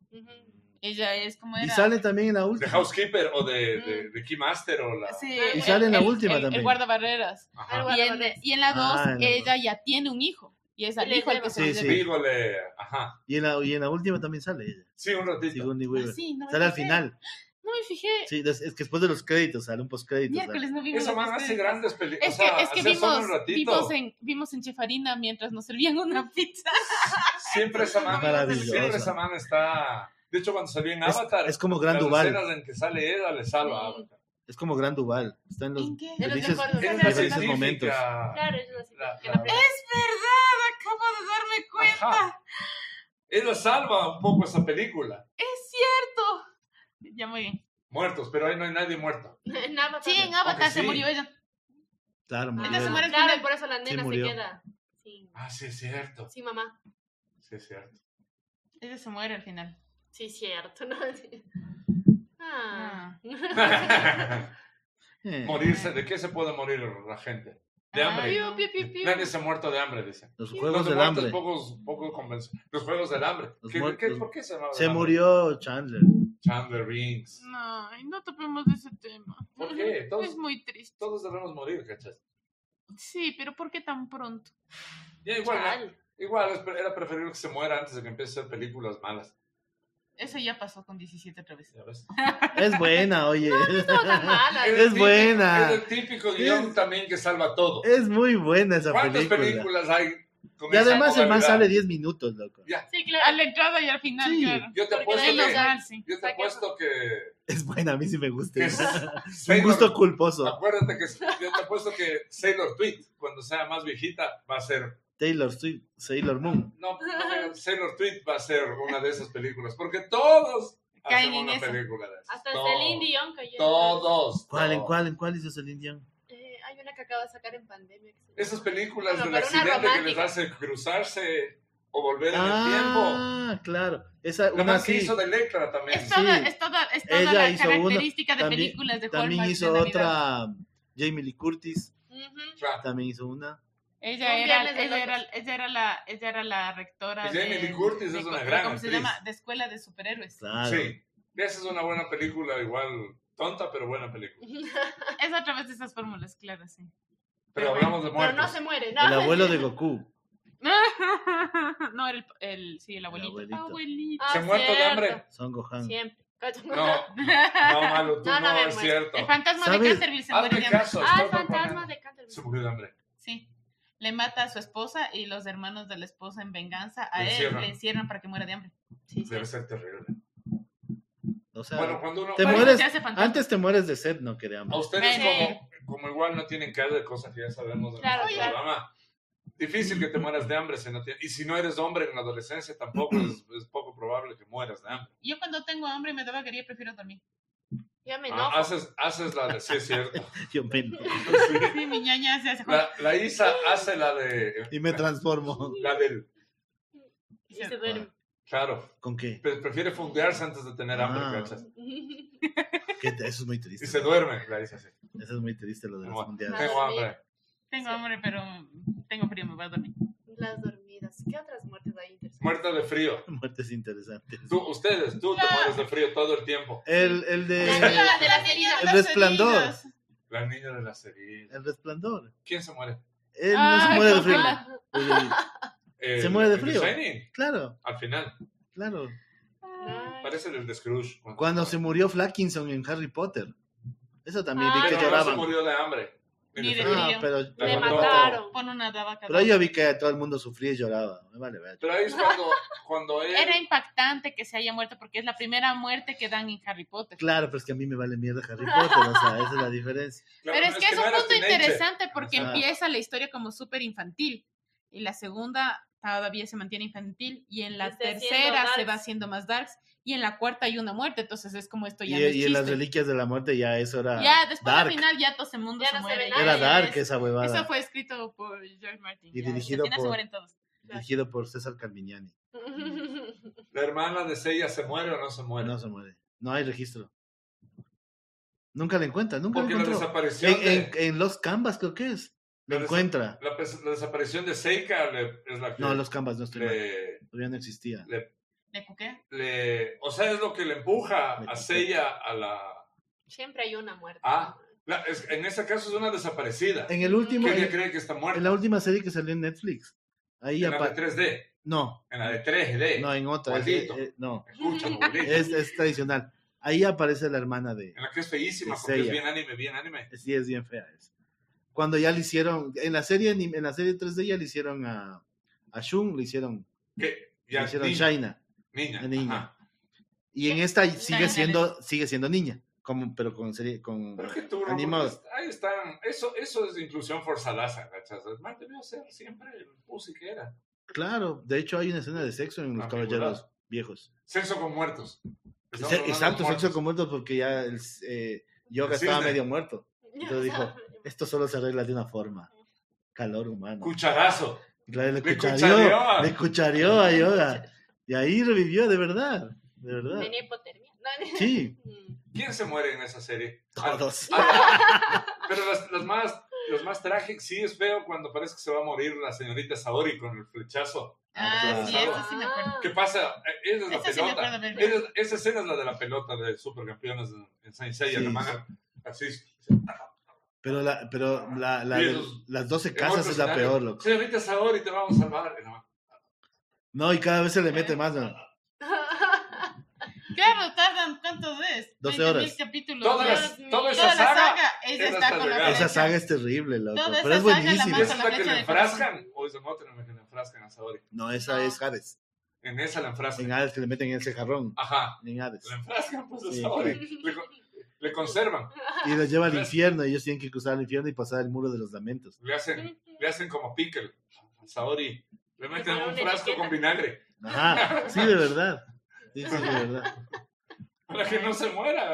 Speaker 2: Ella es como era.
Speaker 4: Y sale también en la
Speaker 3: de
Speaker 4: última.
Speaker 3: Housekeeper o de, de, de Keymaster o la...
Speaker 2: Mm. Sí,
Speaker 1: Y
Speaker 2: el-
Speaker 1: sale
Speaker 4: en la
Speaker 2: el-
Speaker 4: última
Speaker 2: el-
Speaker 4: también.
Speaker 2: El guardabarreras.
Speaker 3: Ajá.
Speaker 1: Algo-
Speaker 2: Y en,
Speaker 1: Guardabarreras.
Speaker 2: y en la 2
Speaker 4: Ah, en la
Speaker 2: ella ya tiene un hijo. Y es al
Speaker 1: Le
Speaker 2: hijo el que
Speaker 1: lleva.
Speaker 2: se
Speaker 4: Sí,
Speaker 2: lo
Speaker 4: sí.
Speaker 2: lleva.
Speaker 3: Vigo le... Ajá.
Speaker 4: Y en la, y en la última también sale ella.
Speaker 3: Sí, un ratito.
Speaker 4: Sigourney
Speaker 2: Ah,
Speaker 4: Weaver.
Speaker 2: sí, no me
Speaker 4: Sale al
Speaker 2: fijé.
Speaker 4: final.
Speaker 2: No me fijé.
Speaker 4: Sí, des- es que después de los créditos, sale un postcrédito. sale.
Speaker 2: Miércoles no vimos.
Speaker 3: Esa
Speaker 2: los
Speaker 3: man hace
Speaker 2: postres.
Speaker 3: grandes películas.
Speaker 2: Es que,
Speaker 3: o sea,
Speaker 2: es que
Speaker 3: hacía solo
Speaker 2: vimos,
Speaker 3: un ratito.
Speaker 2: vimos, en, vimos en Chefarina mientras nos servían una pizza.
Speaker 3: Siempre esa man...
Speaker 4: Maravillosa.
Speaker 3: Siempre esa man está... De hecho, cuando salió en
Speaker 4: Es-
Speaker 3: Ah, Avatar...
Speaker 4: es como Gran
Speaker 3: las
Speaker 4: Duval.
Speaker 3: escenas en que sale ella le salva a
Speaker 1: Mm.
Speaker 3: Avatar.
Speaker 4: Es como Gran Duval. Está en los
Speaker 2: ¿En qué?
Speaker 1: De los
Speaker 4: felices,
Speaker 1: recuerdos.
Speaker 3: Es
Speaker 1: Era
Speaker 3: una
Speaker 1: Diferentes
Speaker 4: felices
Speaker 3: científica.
Speaker 4: momentos.
Speaker 1: Claro, es una
Speaker 3: La-
Speaker 1: que la
Speaker 3: la-
Speaker 1: primera-
Speaker 2: Es verdad, acabo de darme cuenta.
Speaker 3: Ajá. Ella salva un poco esa película.
Speaker 2: Es cierto. Ya muy bien.
Speaker 3: Muertos, pero ahí no hay nadie muerto.
Speaker 1: [laughs] En Avatar.
Speaker 2: Sí, en
Speaker 3: Porque
Speaker 2: Avatar se
Speaker 3: sí.
Speaker 2: murió ella.
Speaker 4: Claro,
Speaker 1: Ah,
Speaker 4: murió.
Speaker 2: Ella se muere al
Speaker 1: claro,
Speaker 2: final.
Speaker 1: por eso la nena se
Speaker 4: murió.
Speaker 1: queda. Sí,
Speaker 3: Ah, sí, es cierto.
Speaker 1: sí, mamá.
Speaker 3: Sí, es cierto. [laughs]
Speaker 2: Ella se muere al final.
Speaker 1: Sí, cierto. ¿no? [laughs] Ah.
Speaker 4: Eh,
Speaker 3: Morirse, ¿de qué se puede morir la gente? De hambre.
Speaker 1: Piu, piu, piu, piu.
Speaker 3: Nadie se ha muerto de hambre, dicen.
Speaker 4: los
Speaker 3: Los
Speaker 4: Juegos
Speaker 3: de
Speaker 4: del
Speaker 3: muertos
Speaker 4: Hambre.
Speaker 3: Pocos, pocos convencen- Los juegos del hambre.
Speaker 4: Los
Speaker 3: ¿Qué,
Speaker 4: muertos.
Speaker 3: qué- por qué se llamaba
Speaker 4: Se
Speaker 3: del hambre?
Speaker 4: murió Chandler.
Speaker 3: Chandler Rings.
Speaker 2: No, y no topemos de ese tema.
Speaker 3: ¿Por qué? Todos,
Speaker 2: Es muy triste.
Speaker 3: todos debemos morir, ¿cachas?
Speaker 2: Sí, pero ¿por qué tan pronto?
Speaker 3: Ya, igual,
Speaker 1: Chal.
Speaker 3: igual es- era preferible que se muera antes de que empiece a hacer películas malas.
Speaker 2: Eso ya pasó con 17 otra vez.
Speaker 1: [laughs]
Speaker 3: ¿ya ves?
Speaker 4: Es buena, oye.
Speaker 1: No tan mala.
Speaker 4: Es
Speaker 3: el típico-
Speaker 4: buena.
Speaker 3: Es el típico guión
Speaker 4: Es-
Speaker 3: también que salva todo.
Speaker 4: [laughs] Es muy buena esa
Speaker 3: ¿Cuántas
Speaker 4: película.
Speaker 3: películas hay con
Speaker 4: Y
Speaker 3: esa
Speaker 4: además el man
Speaker 3: modalidad?
Speaker 4: sale 10 minutos, loco.
Speaker 1: Sí,
Speaker 2: A
Speaker 1: claro.
Speaker 2: la entrada y al final,
Speaker 4: Sí.
Speaker 2: claro.
Speaker 3: Yo te
Speaker 1: Porque de
Speaker 3: apuesto
Speaker 1: ahí los
Speaker 2: Bueno,
Speaker 3: Pues que,
Speaker 1: gana.
Speaker 2: sí.
Speaker 3: yo te
Speaker 1: saca-
Speaker 3: apuesto que,
Speaker 4: Es buena, a mí sí me gusta.
Speaker 3: que es-
Speaker 4: [laughs] Es un
Speaker 3: Sailor-
Speaker 4: gusto culposo.
Speaker 3: Acuérdate que yo te apuesto que Sailor Tweet, cuando sea más viejita, va a ser.
Speaker 4: Taylor Swift, Sailor Moon.
Speaker 3: No,
Speaker 1: [laughs]
Speaker 3: no, Sailor Tweet va a ser una de esas películas. Porque todos
Speaker 2: Caen
Speaker 3: hacen
Speaker 2: en
Speaker 3: una
Speaker 2: esa.
Speaker 3: película de esas.
Speaker 1: Hasta
Speaker 3: Todos.
Speaker 1: Celine Dion cayó.
Speaker 3: Todos.
Speaker 4: ¿Cuál, en
Speaker 3: todos.
Speaker 4: cuál, en cuál hizo Celine Dion?
Speaker 1: Eh, hay una que acaba de sacar en pandemia. que se llama-
Speaker 3: Esas películas
Speaker 1: Bueno,
Speaker 3: del
Speaker 1: pero una
Speaker 3: accidente que les
Speaker 1: romántica.
Speaker 3: hace cruzarse o volver en el tiempo.
Speaker 4: Ah, claro. Esa,
Speaker 3: La
Speaker 4: una
Speaker 3: más que
Speaker 4: sí.
Speaker 3: hizo de Electra también.
Speaker 2: Es toda,
Speaker 4: Sí.
Speaker 2: es toda, es toda
Speaker 4: Ella
Speaker 2: la
Speaker 4: hizo una,
Speaker 2: característica de
Speaker 4: también-
Speaker 2: películas de
Speaker 4: También
Speaker 2: Hallmark
Speaker 4: hizo
Speaker 2: de Navidad.
Speaker 4: otra um, Jamie Lee Curtis.
Speaker 1: Ujú.
Speaker 3: Claro.
Speaker 4: También hizo una.
Speaker 2: Ella
Speaker 1: Son
Speaker 2: era,
Speaker 1: viernes de
Speaker 2: ella, era,
Speaker 1: locos.
Speaker 2: ella, era la, ella era la rectora
Speaker 3: Y Jamie Lee Pues Curtis es una gran
Speaker 2: ¿Cómo se
Speaker 3: actriz.
Speaker 2: llama? De Escuela de Superhéroes.
Speaker 4: Claro.
Speaker 3: Sí. Esa es una buena película, igual tonta, pero buena película.
Speaker 2: Es a través de esas fórmulas, claro, sí. [laughs]
Speaker 3: Pero hablamos de
Speaker 1: Pero no
Speaker 3: muertos.
Speaker 1: se muere, ¿no? pues
Speaker 4: El abuelo de Goku.
Speaker 2: No, era el, el- sí, el abuelito.
Speaker 4: abuelito.
Speaker 1: [laughs]
Speaker 2: Abuelito.
Speaker 1: Ah,
Speaker 3: ¿Se ha muerto de
Speaker 1: cierto.
Speaker 3: hambre?
Speaker 4: Son Gohan.
Speaker 1: Siempre.
Speaker 3: No, no, malo, tú
Speaker 1: No,
Speaker 3: no,
Speaker 1: no me
Speaker 3: es
Speaker 1: muero.
Speaker 3: cierto.
Speaker 2: El fantasma de
Speaker 4: ¿Sabes?
Speaker 2: Canterville se muere de
Speaker 3: Hazme
Speaker 2: hambre.
Speaker 3: caso,
Speaker 1: Ah, el
Speaker 3: estoy
Speaker 1: fantasma
Speaker 3: proponiendo.
Speaker 1: de Canterbury.
Speaker 3: Se murió de hambre.
Speaker 2: Sí. Le mata a su esposa y los hermanos de la esposa en venganza a
Speaker 3: Le
Speaker 2: él
Speaker 3: encierran.
Speaker 2: le encierran para que muera de hambre.
Speaker 1: Sí, sí.
Speaker 3: Debe ser terrible.
Speaker 4: O sea,
Speaker 3: Bueno, Oh. cuando uno...
Speaker 4: te
Speaker 2: Bueno,
Speaker 4: mueres.
Speaker 2: se hace fantasma.
Speaker 4: Antes te mueres de sed, no que de
Speaker 3: A
Speaker 4: hambre.
Speaker 3: ustedes
Speaker 2: Mene.
Speaker 3: como, como igual no tienen cara de cosas que ya sabemos de
Speaker 1: Claro,
Speaker 3: nuestro
Speaker 1: claro.
Speaker 3: programa. Difícil que te mueras de hambre si no tienes- y si no eres hombre en la adolescencia tampoco es, es poco probable que mueras de hambre.
Speaker 2: Yo cuando tengo hambre y me da vaquería prefiero dormir.
Speaker 1: Yo me
Speaker 3: Ah,
Speaker 1: enojo.
Speaker 3: haces, haces la de sí es cierto. [laughs]
Speaker 4: Yo me enojo.
Speaker 3: Sí.
Speaker 2: Sí, mi ñaña se hace
Speaker 3: La, la Isa hace la de
Speaker 4: Y me transformo.
Speaker 3: la del
Speaker 1: Y se duerme.
Speaker 3: claro,
Speaker 4: ¿Con qué?
Speaker 3: pre- prefiere fundearse antes de tener hambre,
Speaker 4: Ah.
Speaker 3: ¿cachas?
Speaker 1: [laughs]
Speaker 4: ¿Qué te- Eso es muy
Speaker 3: Y
Speaker 4: triste.
Speaker 3: se duerme, la Isa sí.
Speaker 4: Eso es muy triste lo de las
Speaker 3: Bueno.
Speaker 4: mundiales.
Speaker 3: Tengo hambre.
Speaker 2: Tengo
Speaker 1: Sí.
Speaker 2: hambre, pero tengo frío, me voy a dormir.
Speaker 1: Las dormidas. ¿Qué otras muertes hay interesantes?
Speaker 3: Muerta de frío.
Speaker 4: Muertes interesantes.
Speaker 3: Tú, ustedes, tú te
Speaker 2: Ya.
Speaker 3: mueres de frío todo el tiempo.
Speaker 4: El, el
Speaker 1: La
Speaker 4: de.
Speaker 1: niña de las heridas.
Speaker 4: El resplandor.
Speaker 2: heridas.
Speaker 3: La niña de la serie.
Speaker 4: El resplandor.
Speaker 3: ¿Quién se muere?
Speaker 4: Él
Speaker 1: Ah,
Speaker 4: no se
Speaker 2: Ay,
Speaker 4: muere de frío.
Speaker 2: papá.
Speaker 4: El-
Speaker 3: El-
Speaker 4: Se muere de
Speaker 3: el
Speaker 4: frío.
Speaker 3: Shining,
Speaker 4: Claro,
Speaker 3: al final.
Speaker 4: claro.
Speaker 1: Ay,
Speaker 3: Parece el de Scrooge.
Speaker 4: Cuando se murió Flakinson en Harry Potter. Eso también vi
Speaker 1: Ah.
Speaker 4: que
Speaker 3: Pero no se
Speaker 4: lloraban.
Speaker 3: murió de hambre. Ni
Speaker 2: Ni
Speaker 3: de
Speaker 2: de
Speaker 3: frío.
Speaker 2: frío.
Speaker 4: Ah, pero,
Speaker 1: Me
Speaker 3: mató.
Speaker 2: [laughs]
Speaker 1: mataron.
Speaker 2: Pon una vaca.
Speaker 4: pero yo vi que todo el mundo sufría y lloraba. Me vale, ver.
Speaker 3: Pero ahí es cuando,
Speaker 2: [laughs]
Speaker 3: cuando él...
Speaker 2: Era impactante que se haya muerto porque es la primera muerte que dan en Harry Potter.
Speaker 4: Claro, pero es que a mí me vale mierda
Speaker 2: [laughs]
Speaker 4: Harry Potter. O sea, esa es la diferencia.
Speaker 3: Claro,
Speaker 2: pero es que es
Speaker 3: no
Speaker 2: un
Speaker 3: era
Speaker 2: punto
Speaker 3: teenager.
Speaker 2: interesante porque
Speaker 4: Ajá.
Speaker 2: empieza la historia como súper infantil y la segunda todavía se mantiene infantil y en la
Speaker 1: Se está haciendo
Speaker 2: tercera se va
Speaker 1: darks.
Speaker 2: haciendo más darks y en la cuarta hay una muerte, entonces es como esto
Speaker 4: Y,
Speaker 2: Pues ya
Speaker 4: e-
Speaker 2: no es
Speaker 4: y en las
Speaker 2: chiste.
Speaker 4: reliquias de la muerte ya eso era.
Speaker 2: Ya, después
Speaker 4: dark.
Speaker 2: al final ya todo ese mundo
Speaker 1: Ya
Speaker 2: se
Speaker 1: no se
Speaker 2: muere.
Speaker 1: ve
Speaker 2: ya.
Speaker 1: nadie.
Speaker 4: Era dark esa
Speaker 2: Eso
Speaker 4: huevada.
Speaker 2: fue escrito por George Martin.
Speaker 4: Y
Speaker 2: ya,
Speaker 4: dirigido
Speaker 2: al final se
Speaker 4: por-
Speaker 2: mueren todos.
Speaker 4: Dirigido por César Carmignani.
Speaker 3: ¿La hermana de Seiya se muere o no se muere?
Speaker 4: No se muere. No hay registro. Nunca la encuentra, nunca la
Speaker 3: Porque la
Speaker 4: encontró.
Speaker 3: desaparición,
Speaker 4: En, en,
Speaker 3: de,
Speaker 4: en los canvas creo que es. La
Speaker 3: Pero eso-
Speaker 4: encuentra.
Speaker 3: la, pes- la desaparición de Seika le- es la que
Speaker 4: No, los canvas no estoy mal.
Speaker 3: le,
Speaker 4: Todavía no existía.
Speaker 2: ¿De Cuqué?
Speaker 3: le- O sea, es lo que le empuja
Speaker 4: Me
Speaker 3: a
Speaker 4: quité.
Speaker 3: Seiya a la...
Speaker 1: Siempre hay una muerte. [laughs]
Speaker 3: Ah. la- es- en ese caso es una desaparecida.
Speaker 4: En el último,
Speaker 3: que ella
Speaker 4: en,
Speaker 3: cree que está muerta.
Speaker 4: en la última serie que salió en Netflix. Ahí
Speaker 3: En la
Speaker 4: apa-
Speaker 3: de 3D.
Speaker 4: No,
Speaker 3: En la de 3D.
Speaker 4: no, en otra. es-
Speaker 3: Juanito.
Speaker 4: eh, eh, no,
Speaker 3: Escucha, Julito.
Speaker 4: es, es tradicional. Ahí aparece la hermana de.
Speaker 3: En la que es feísima,
Speaker 4: Es
Speaker 3: porque es
Speaker 4: ella.
Speaker 3: bien anime, bien anime.
Speaker 4: Sí, es bien fea. Es. Cuando ya le hicieron. En la serie anim- en la serie 3D ya le hicieron a, a Shun, le hicieron,
Speaker 3: Que
Speaker 4: le
Speaker 3: ya
Speaker 4: hicieron
Speaker 3: niña,
Speaker 4: Shaina.
Speaker 3: niña.
Speaker 4: la niña.
Speaker 3: ajá.
Speaker 4: Y en esta sigue
Speaker 2: Shaina
Speaker 4: siendo, sigue siendo niña. Como, pero con
Speaker 3: [laughs]
Speaker 4: serie. Con,
Speaker 3: Pero que tú, Robert,
Speaker 4: animado.
Speaker 3: ahí están. Eso, eso es inclusión forzadaza, ¿cachas? Más debió ser siempre el pussy que era.
Speaker 4: Claro, de hecho hay una escena de sexo en los
Speaker 3: Ah,
Speaker 4: caballeros
Speaker 3: figurado.
Speaker 4: viejos.
Speaker 3: Sexo con muertos. Estamos
Speaker 4: Se-
Speaker 3: hablando de
Speaker 4: Exacto,
Speaker 3: muertos.
Speaker 4: sexo con muertos porque ya el, eh, Yoga
Speaker 3: El
Speaker 4: estaba
Speaker 3: cisne.
Speaker 4: medio muerto.
Speaker 1: [laughs]
Speaker 4: Entonces dijo,
Speaker 1: sabe.
Speaker 4: Esto solo se arregla de una forma. Calor humano.
Speaker 3: Cucharazo.
Speaker 4: Claro, le
Speaker 3: Le
Speaker 4: cuchareó.
Speaker 3: cuchareó.
Speaker 4: Le cuchareó a Yoga. Y ahí revivió, de verdad. De verdad.
Speaker 1: Tenía hipotermia. No, [laughs] ni-
Speaker 4: Sí,
Speaker 1: Mm.
Speaker 3: ¿Quién se muere en esa serie? Ah,
Speaker 4: todos.
Speaker 3: ah, [laughs] pero las, las más, las más trágicas sí es feo cuando parece que se va a morir la señorita Saori con el flechazo.
Speaker 2: Ah,
Speaker 4: claro.
Speaker 2: sí, esa sí me acuerdo.
Speaker 3: ¿Qué pasa? Eh, Esa es la
Speaker 2: Esa sí me
Speaker 3: pelota.
Speaker 2: acuerdo bien.
Speaker 3: Esa, esa escena es la de la pelota de Supercampeones en- en Saint Seiya,
Speaker 4: Sí.
Speaker 3: la manga así.
Speaker 4: Pero, la, pero la, la
Speaker 3: Y
Speaker 4: de-
Speaker 3: esos-
Speaker 4: las 12
Speaker 3: en otro
Speaker 4: casas es la
Speaker 3: escenario,
Speaker 4: peor, loco.
Speaker 3: Señorita Saori, te vamos a salvar. Y la man,
Speaker 4: No, y cada vez se le mete más. ¿no?
Speaker 1: Ah.
Speaker 2: Claro, tardan cuántos es.
Speaker 4: 12
Speaker 2: 20.000
Speaker 4: horas.
Speaker 2: capítulos. Toda,
Speaker 3: Todas
Speaker 1: Dios
Speaker 3: las-
Speaker 1: mío.
Speaker 3: toda esa
Speaker 2: la
Speaker 3: saga,
Speaker 2: saga, ella
Speaker 3: es
Speaker 2: está
Speaker 3: hasta
Speaker 2: con la
Speaker 3: llegar.
Speaker 2: flecha.
Speaker 4: Esa saga es terrible, loco.
Speaker 2: Toda
Speaker 4: Pero es
Speaker 2: esa saga la
Speaker 4: buenísima.
Speaker 2: mata. con
Speaker 3: ¿Esa es
Speaker 2: la
Speaker 3: la que
Speaker 2: flecha
Speaker 3: le
Speaker 2: de
Speaker 3: enfrascan? O es en otra en la que le enfrascan a Saori.
Speaker 4: No, esa
Speaker 2: No.
Speaker 4: es Hades.
Speaker 3: En esa la
Speaker 4: En
Speaker 3: enfrascan.
Speaker 4: Hades que le meten en ese jarrón.
Speaker 3: Ajá.
Speaker 4: En Hades.
Speaker 3: La enfrascan, pues, a
Speaker 4: Sí,
Speaker 3: Saori. Le, con- le conservan.
Speaker 4: Y los lleva al
Speaker 3: Pues-
Speaker 4: infierno. Y ellos tienen que cruzar el infierno y pasar el muro de los lamentos.
Speaker 3: Le hacen, le hacen como pickle a Saori. Le meten
Speaker 1: ponen
Speaker 3: un
Speaker 1: una
Speaker 3: frasco
Speaker 1: etiqueta.
Speaker 3: con vinagre
Speaker 4: Ajá, sí, de verdad. Sí, sí, de verdad.
Speaker 3: para que no se muera.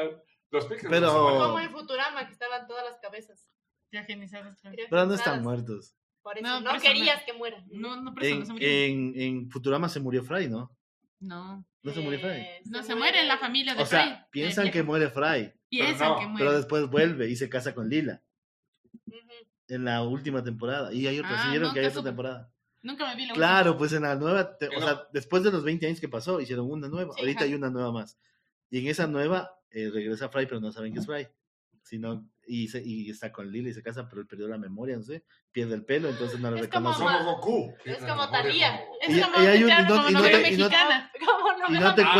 Speaker 3: Los pickles
Speaker 4: Pero-
Speaker 3: no se
Speaker 1: [laughs]
Speaker 3: mueren.
Speaker 1: Como en Futurama, que estaban todas las cabezas.
Speaker 2: Criogenizadas, claro.
Speaker 1: Creo que
Speaker 4: Pero no
Speaker 1: usadas.
Speaker 4: están muertos.
Speaker 1: Por eso
Speaker 2: No,
Speaker 1: no,
Speaker 2: por eso
Speaker 1: querías que mueran.
Speaker 2: No, no, pero eso
Speaker 4: En, eh,
Speaker 2: no se murió.
Speaker 4: en, en Futurama se murió Fry, ¿no?
Speaker 2: no.
Speaker 4: No se murió Fry.
Speaker 1: Eh,
Speaker 2: No se muere la familia de
Speaker 4: O sea, piensan que muere Fry,
Speaker 2: Piensan
Speaker 3: Pero no,
Speaker 2: que muere.
Speaker 4: pero después vuelve y se casa con Lila
Speaker 1: Ujú.
Speaker 4: en la última temporada. Y hay otra,
Speaker 2: Ah,
Speaker 4: ¿sí vieron
Speaker 2: no,
Speaker 4: que hay
Speaker 2: que
Speaker 4: otra
Speaker 2: supe.
Speaker 4: temporada.
Speaker 2: Nunca me vi la
Speaker 4: Claro, pues en la nueva, te-
Speaker 3: Que
Speaker 4: o
Speaker 3: no.
Speaker 4: sea, después de los 20 años que pasó, hicieron una nueva.
Speaker 2: Sí,
Speaker 4: Ahorita
Speaker 2: ajá.
Speaker 4: hay una nueva más. Y en esa nueva eh, regresa Fry, pero no saben que es Fry. Sino, y, se- y está con Lila y se casa, pero él perdió la memoria, no sé, pierde el pelo, entonces no lo
Speaker 1: Es como
Speaker 4: reconoce.
Speaker 3: Somos Goku.
Speaker 1: Es
Speaker 3: La
Speaker 1: como
Speaker 3: memoria
Speaker 1: Talía.
Speaker 3: como-
Speaker 2: Es
Speaker 4: Y-
Speaker 2: como,
Speaker 4: y hay un-
Speaker 2: claro,
Speaker 4: y no-
Speaker 2: como
Speaker 4: y no
Speaker 2: novela
Speaker 4: te- y no-
Speaker 2: mexicana.
Speaker 1: [laughs] ¿Cómo no me
Speaker 4: Y no te
Speaker 1: va-
Speaker 3: Ah.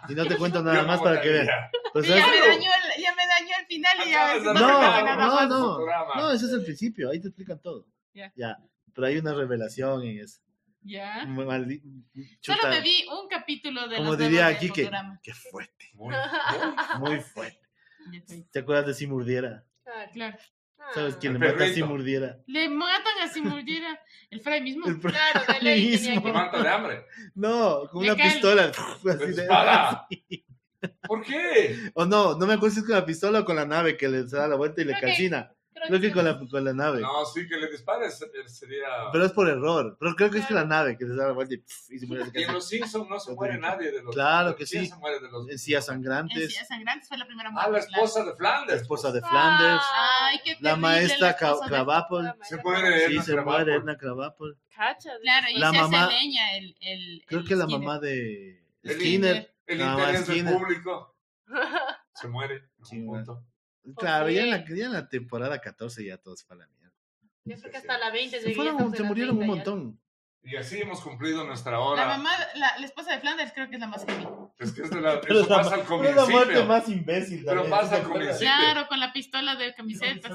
Speaker 4: cuento, y no te cuento
Speaker 3: Yo
Speaker 4: nada más
Speaker 3: como
Speaker 4: para que
Speaker 3: Talía.
Speaker 4: vean. Pero
Speaker 2: Y
Speaker 4: ¿sabes
Speaker 2: ya, me
Speaker 4: qué?
Speaker 2: dañó el, ya me dañó el final y ya
Speaker 3: Acabas
Speaker 2: ves,
Speaker 3: de
Speaker 2: no
Speaker 4: pues No,
Speaker 2: me
Speaker 3: arruinar
Speaker 2: cuenta nada
Speaker 3: el
Speaker 4: no,
Speaker 2: más.
Speaker 4: no.
Speaker 3: programa.
Speaker 4: No, ese es el principio, ahí te explican todo.
Speaker 2: Ya.
Speaker 4: Ya. Pero hay una revelación en eso.
Speaker 2: Ya.
Speaker 4: Maldi-
Speaker 2: Solo
Speaker 4: chuta,
Speaker 2: me vi un capítulo de
Speaker 4: como
Speaker 2: los
Speaker 4: diría
Speaker 2: nuevos de
Speaker 4: Quique,
Speaker 2: Futurama.
Speaker 4: qué fuerte,
Speaker 3: Muy, muy.
Speaker 2: [laughs] Ah,
Speaker 4: muy fuerte.
Speaker 2: Ya soy-
Speaker 4: ¿Te acuerdas de Simurdiera?
Speaker 1: Claro.
Speaker 2: Claro.
Speaker 1: Ah,
Speaker 4: ¿Sabes quién le
Speaker 3: El
Speaker 4: mata a
Speaker 3: perrito.
Speaker 4: Simurdiera?
Speaker 2: Le matan a Simurdiera. El Fray mismo.
Speaker 4: El per-
Speaker 1: Claro, de ley tenía [laughs]
Speaker 4: Mismo.
Speaker 1: que...
Speaker 3: Marta de hambre.
Speaker 4: No, con
Speaker 2: Le
Speaker 4: una
Speaker 2: cae el-
Speaker 4: pistola. [laughs]
Speaker 3: Con
Speaker 4: así de- [laughs]
Speaker 3: espada. ¿Por qué?
Speaker 4: O no, no me acuerdo si es con la pistola o con la nave que le da la vuelta y le
Speaker 1: Creo que-
Speaker 4: calcina.
Speaker 1: creo
Speaker 4: Creo que
Speaker 1: sí.
Speaker 4: con la, con la nave.
Speaker 3: No, sí, que le dispares eh, sería.
Speaker 4: Pero es por error. Pero creo que es con la
Speaker 1: Claro.
Speaker 4: nave que le da la vuelta y, pff, y se muere.
Speaker 3: Y en los Simpsons no se muere nadie de los.
Speaker 4: Claro que
Speaker 3: ¿Quién
Speaker 4: sí.
Speaker 3: se muere de los.
Speaker 4: Encías
Speaker 2: En
Speaker 4: sangrantes,
Speaker 2: Ciudad Sangrante fue la primera
Speaker 3: Ah,
Speaker 2: muerte.
Speaker 3: la
Speaker 2: claro.
Speaker 3: esposa de
Speaker 4: la
Speaker 3: Flanders.
Speaker 4: esposa de
Speaker 1: Ah,
Speaker 4: Flanders,
Speaker 2: Ay, qué terrible.
Speaker 4: la maestra Ca-
Speaker 2: esposa de-
Speaker 4: Cravapol.
Speaker 3: Se muere
Speaker 4: Sí,
Speaker 3: Edna
Speaker 4: se muere
Speaker 3: Krabappel.
Speaker 4: Edna Cravapol.
Speaker 1: Cachas.
Speaker 2: Claro, y
Speaker 4: La
Speaker 2: se
Speaker 4: mamá-
Speaker 2: hace leña el, el-
Speaker 4: Creo
Speaker 2: el
Speaker 4: que la
Speaker 2: Skinner.
Speaker 4: mamá de
Speaker 3: El
Speaker 4: Skinner.
Speaker 3: El
Speaker 4: Nada más
Speaker 3: interés del
Speaker 4: Skinner.
Speaker 2: [laughs]
Speaker 3: público se muere. en
Speaker 4: Sí,
Speaker 3: un
Speaker 4: güey.
Speaker 3: punto.
Speaker 4: Claro, ya en, la,
Speaker 1: Ok.
Speaker 4: ya en la temporada 14 ya todos para la mierda.
Speaker 1: Yo creo que hasta la 20.
Speaker 4: Se, fueron, se murieron un montón.
Speaker 3: Y así hemos cumplido nuestra
Speaker 2: La
Speaker 3: hora.
Speaker 2: mamá, la, la esposa de Flanders creo que es la más heavy.
Speaker 3: Es que es
Speaker 4: [laughs]
Speaker 3: de la,
Speaker 4: Pero
Speaker 3: eso
Speaker 4: la,
Speaker 3: pasa al
Speaker 4: pero la muerte
Speaker 3: comienzo.
Speaker 4: más imbécil.
Speaker 3: Pero
Speaker 4: también,
Speaker 3: pasa
Speaker 4: ¿sí te
Speaker 3: al
Speaker 4: acuerdas?
Speaker 3: Sí,
Speaker 2: Claro, con la pistola de camisetas.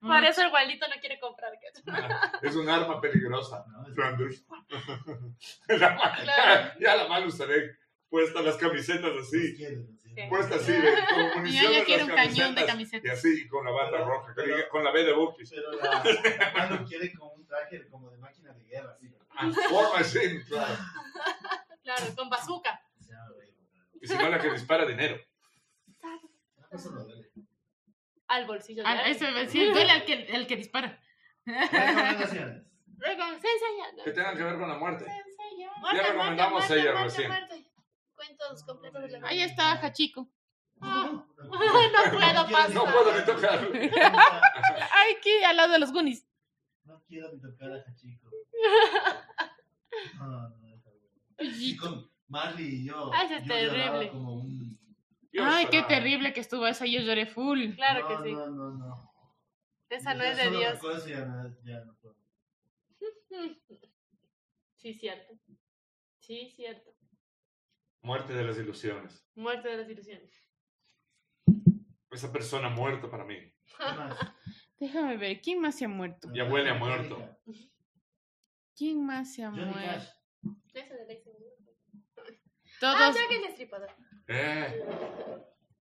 Speaker 1: Por eso el gualdito no quiere comprar. ¿cachas?
Speaker 3: [laughs] Es un arma peligrosa.
Speaker 4: [laughs] No, es-
Speaker 3: Flanders. [laughs] La ma-
Speaker 1: Claro.
Speaker 3: [laughs] ya, la mano usaré puesta las camisetas así. Puesta
Speaker 2: [laughs]
Speaker 3: así, de, como
Speaker 2: Mi
Speaker 3: municiones
Speaker 2: ñoña
Speaker 3: las
Speaker 2: quiere un cañón de
Speaker 3: camisetas. Y
Speaker 2: camisetas.
Speaker 3: así, con la bata
Speaker 4: Pero-
Speaker 3: roja, que
Speaker 4: pero-
Speaker 3: diga- con la B de Bucky.
Speaker 4: Pero la, mano quiere como un traje como de máquina de guerra, así.
Speaker 2: [laughs]
Speaker 3: And Ah, War Machine, claro.
Speaker 1: Claro, con bazooka.
Speaker 3: Y si no, la que dispara dinero.
Speaker 4: Eso
Speaker 1: [laughs]
Speaker 4: no duele.
Speaker 1: Al bolsillo. de
Speaker 2: Ah,
Speaker 1: alguien.
Speaker 2: eso iba a decir, duele al que, al que dispara.
Speaker 4: Recomendaciones.
Speaker 1: Luego, se enseña. ¿no?
Speaker 3: Que tengan que ver con la muerte.
Speaker 1: Se enseña.
Speaker 3: Ya recomendamos ella recién.
Speaker 1: muerte. Cuentos completos de la
Speaker 2: Ahí está Hachico.
Speaker 1: Ah, [laughs] no puedo pasar.
Speaker 3: No puedo ni tocar.
Speaker 2: Ay, aquí, al lado de los Goonies.
Speaker 4: No quiero ni tocar
Speaker 1: [laughs]
Speaker 4: a Chico. Y
Speaker 2: Ay,
Speaker 4: con Marley y yo.
Speaker 1: Ay, eso es
Speaker 4: yo lloraba
Speaker 1: terrible.
Speaker 4: Como un...
Speaker 3: Yo
Speaker 2: qué
Speaker 3: esperaba.
Speaker 2: terrible que estuvo eso. Yo lloré full.
Speaker 1: Claro
Speaker 4: no,
Speaker 1: que sí.
Speaker 4: No, no, no.
Speaker 1: Esa no
Speaker 4: Ya
Speaker 1: es de
Speaker 4: solo
Speaker 1: Dios.
Speaker 4: recuerdo eso y ya no- ya no puedo.
Speaker 1: Sí, cierto. Sí, cierto.
Speaker 3: Muerte de las ilusiones.
Speaker 1: Muerte de las ilusiones.
Speaker 3: Esa persona muerta para mí.
Speaker 1: [laughs]
Speaker 4: ¿Qué más?
Speaker 2: Déjame ver, ¿quién más se ha muerto?
Speaker 3: Ya huele a muerto.
Speaker 2: ¿Quién más se ha
Speaker 4: Johnny
Speaker 2: muerto?
Speaker 4: Cash.
Speaker 1: Esa de Lexi. Ah,
Speaker 2: Todos.
Speaker 1: ya que el destripador.
Speaker 3: Eh,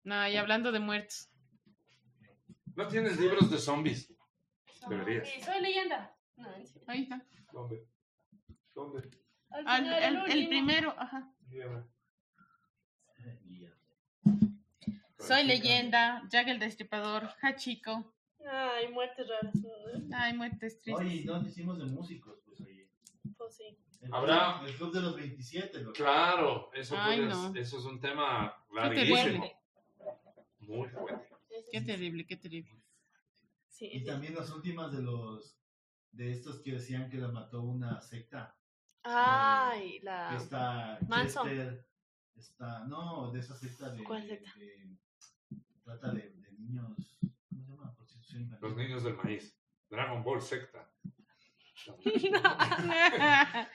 Speaker 2: No, y hablando de muertos.
Speaker 3: ¿No tienes libros de zombies? Deberías.
Speaker 1: Sí, soy leyenda. No, en serio.
Speaker 2: Ahí está.
Speaker 3: ¿Dónde? ¿Dónde?
Speaker 1: Al
Speaker 2: Al-
Speaker 1: final,
Speaker 2: el, el
Speaker 1: último.
Speaker 2: primero, ajá.
Speaker 3: Mierda.
Speaker 4: eh,
Speaker 2: Soy leyenda, Jack el Destripador, Hachiko.
Speaker 1: Ay, muertes raras. ¿no?
Speaker 2: Ay, muertes tristes.
Speaker 4: Oye, no, hicimos de músicos, pues oye.
Speaker 1: Pues sí.
Speaker 4: El,
Speaker 3: Habrá-
Speaker 4: club, el club de los 27, loco.
Speaker 3: Claro, eso,
Speaker 2: Ay,
Speaker 3: puedes-
Speaker 2: no.
Speaker 3: eso es un tema
Speaker 2: Qué
Speaker 3: larguísimo.
Speaker 2: terrible,
Speaker 3: Muy fuerte.
Speaker 1: Eso
Speaker 2: qué
Speaker 1: sí.
Speaker 2: terrible, qué terrible. [laughs]
Speaker 1: Sí,
Speaker 4: Y
Speaker 1: sí.
Speaker 4: también las últimas de los de estos que decían que la mató una secta.
Speaker 1: Ay,
Speaker 4: Que
Speaker 1: la.
Speaker 4: Está
Speaker 1: Ah, Manson.
Speaker 4: Chester, está no, de esa secta de
Speaker 1: ¿Cuál secta?
Speaker 4: de- trata de, de niños, ¿cómo se llama? Prostitución infantil.
Speaker 3: Los niños del maíz. Dragon Ball secta.
Speaker 4: Está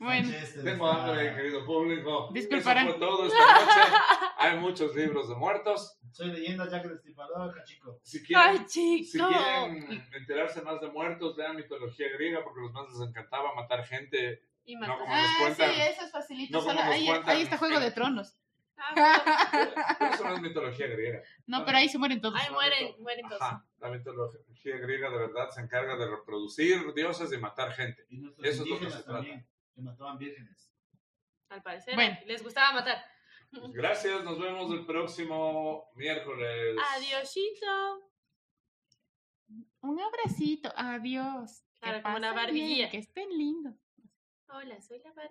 Speaker 2: bueno,
Speaker 4: Chester,
Speaker 3: Tengo
Speaker 4: está-
Speaker 2: [laughs]
Speaker 3: hambre, querido público.
Speaker 2: Disculparán.
Speaker 3: Eso fue todo esta noche. Hay muchos libros de muertos.
Speaker 4: Soy leyenda Jack el Destripador, chico.
Speaker 3: Si quieren,
Speaker 1: [laughs] Ay, chico.
Speaker 3: si quieren enterarse más de muertos, vean mitología griega, porque los más les encantaba matar gente.
Speaker 1: Y
Speaker 3: No
Speaker 1: matar.
Speaker 3: como nos
Speaker 2: ah, sí,
Speaker 3: cuentan.
Speaker 2: eso es facilito.
Speaker 3: No como
Speaker 2: solo
Speaker 3: nos
Speaker 2: ahí,
Speaker 3: cuentan
Speaker 2: ahí está Juego
Speaker 3: en-
Speaker 2: de Tronos. [laughs]
Speaker 1: [laughs] Ah,
Speaker 3: Pero Eso no es mitología griega.
Speaker 2: No, pero ahí se mueren todos.
Speaker 1: Ay, mueren, mueren todos.
Speaker 3: Ajá, la mitología griega de verdad se encarga de reproducir dioses y matar gente.
Speaker 4: Y nuestros
Speaker 3: Eso es lo que
Speaker 4: indígenas
Speaker 3: se trata.
Speaker 4: también, que mataban vírgenes.
Speaker 1: Al parecer.
Speaker 2: Bueno.
Speaker 1: Les gustaba matar.
Speaker 3: Pues Gracias, nos vemos el próximo
Speaker 1: Pues,
Speaker 3: miércoles.
Speaker 1: Adiosito.
Speaker 2: Un abracito, adiós.
Speaker 1: Claro,
Speaker 2: Que
Speaker 1: como la
Speaker 2: pasen bien,
Speaker 1: barbilla.
Speaker 2: Que estén lindos.
Speaker 1: Hola, soy la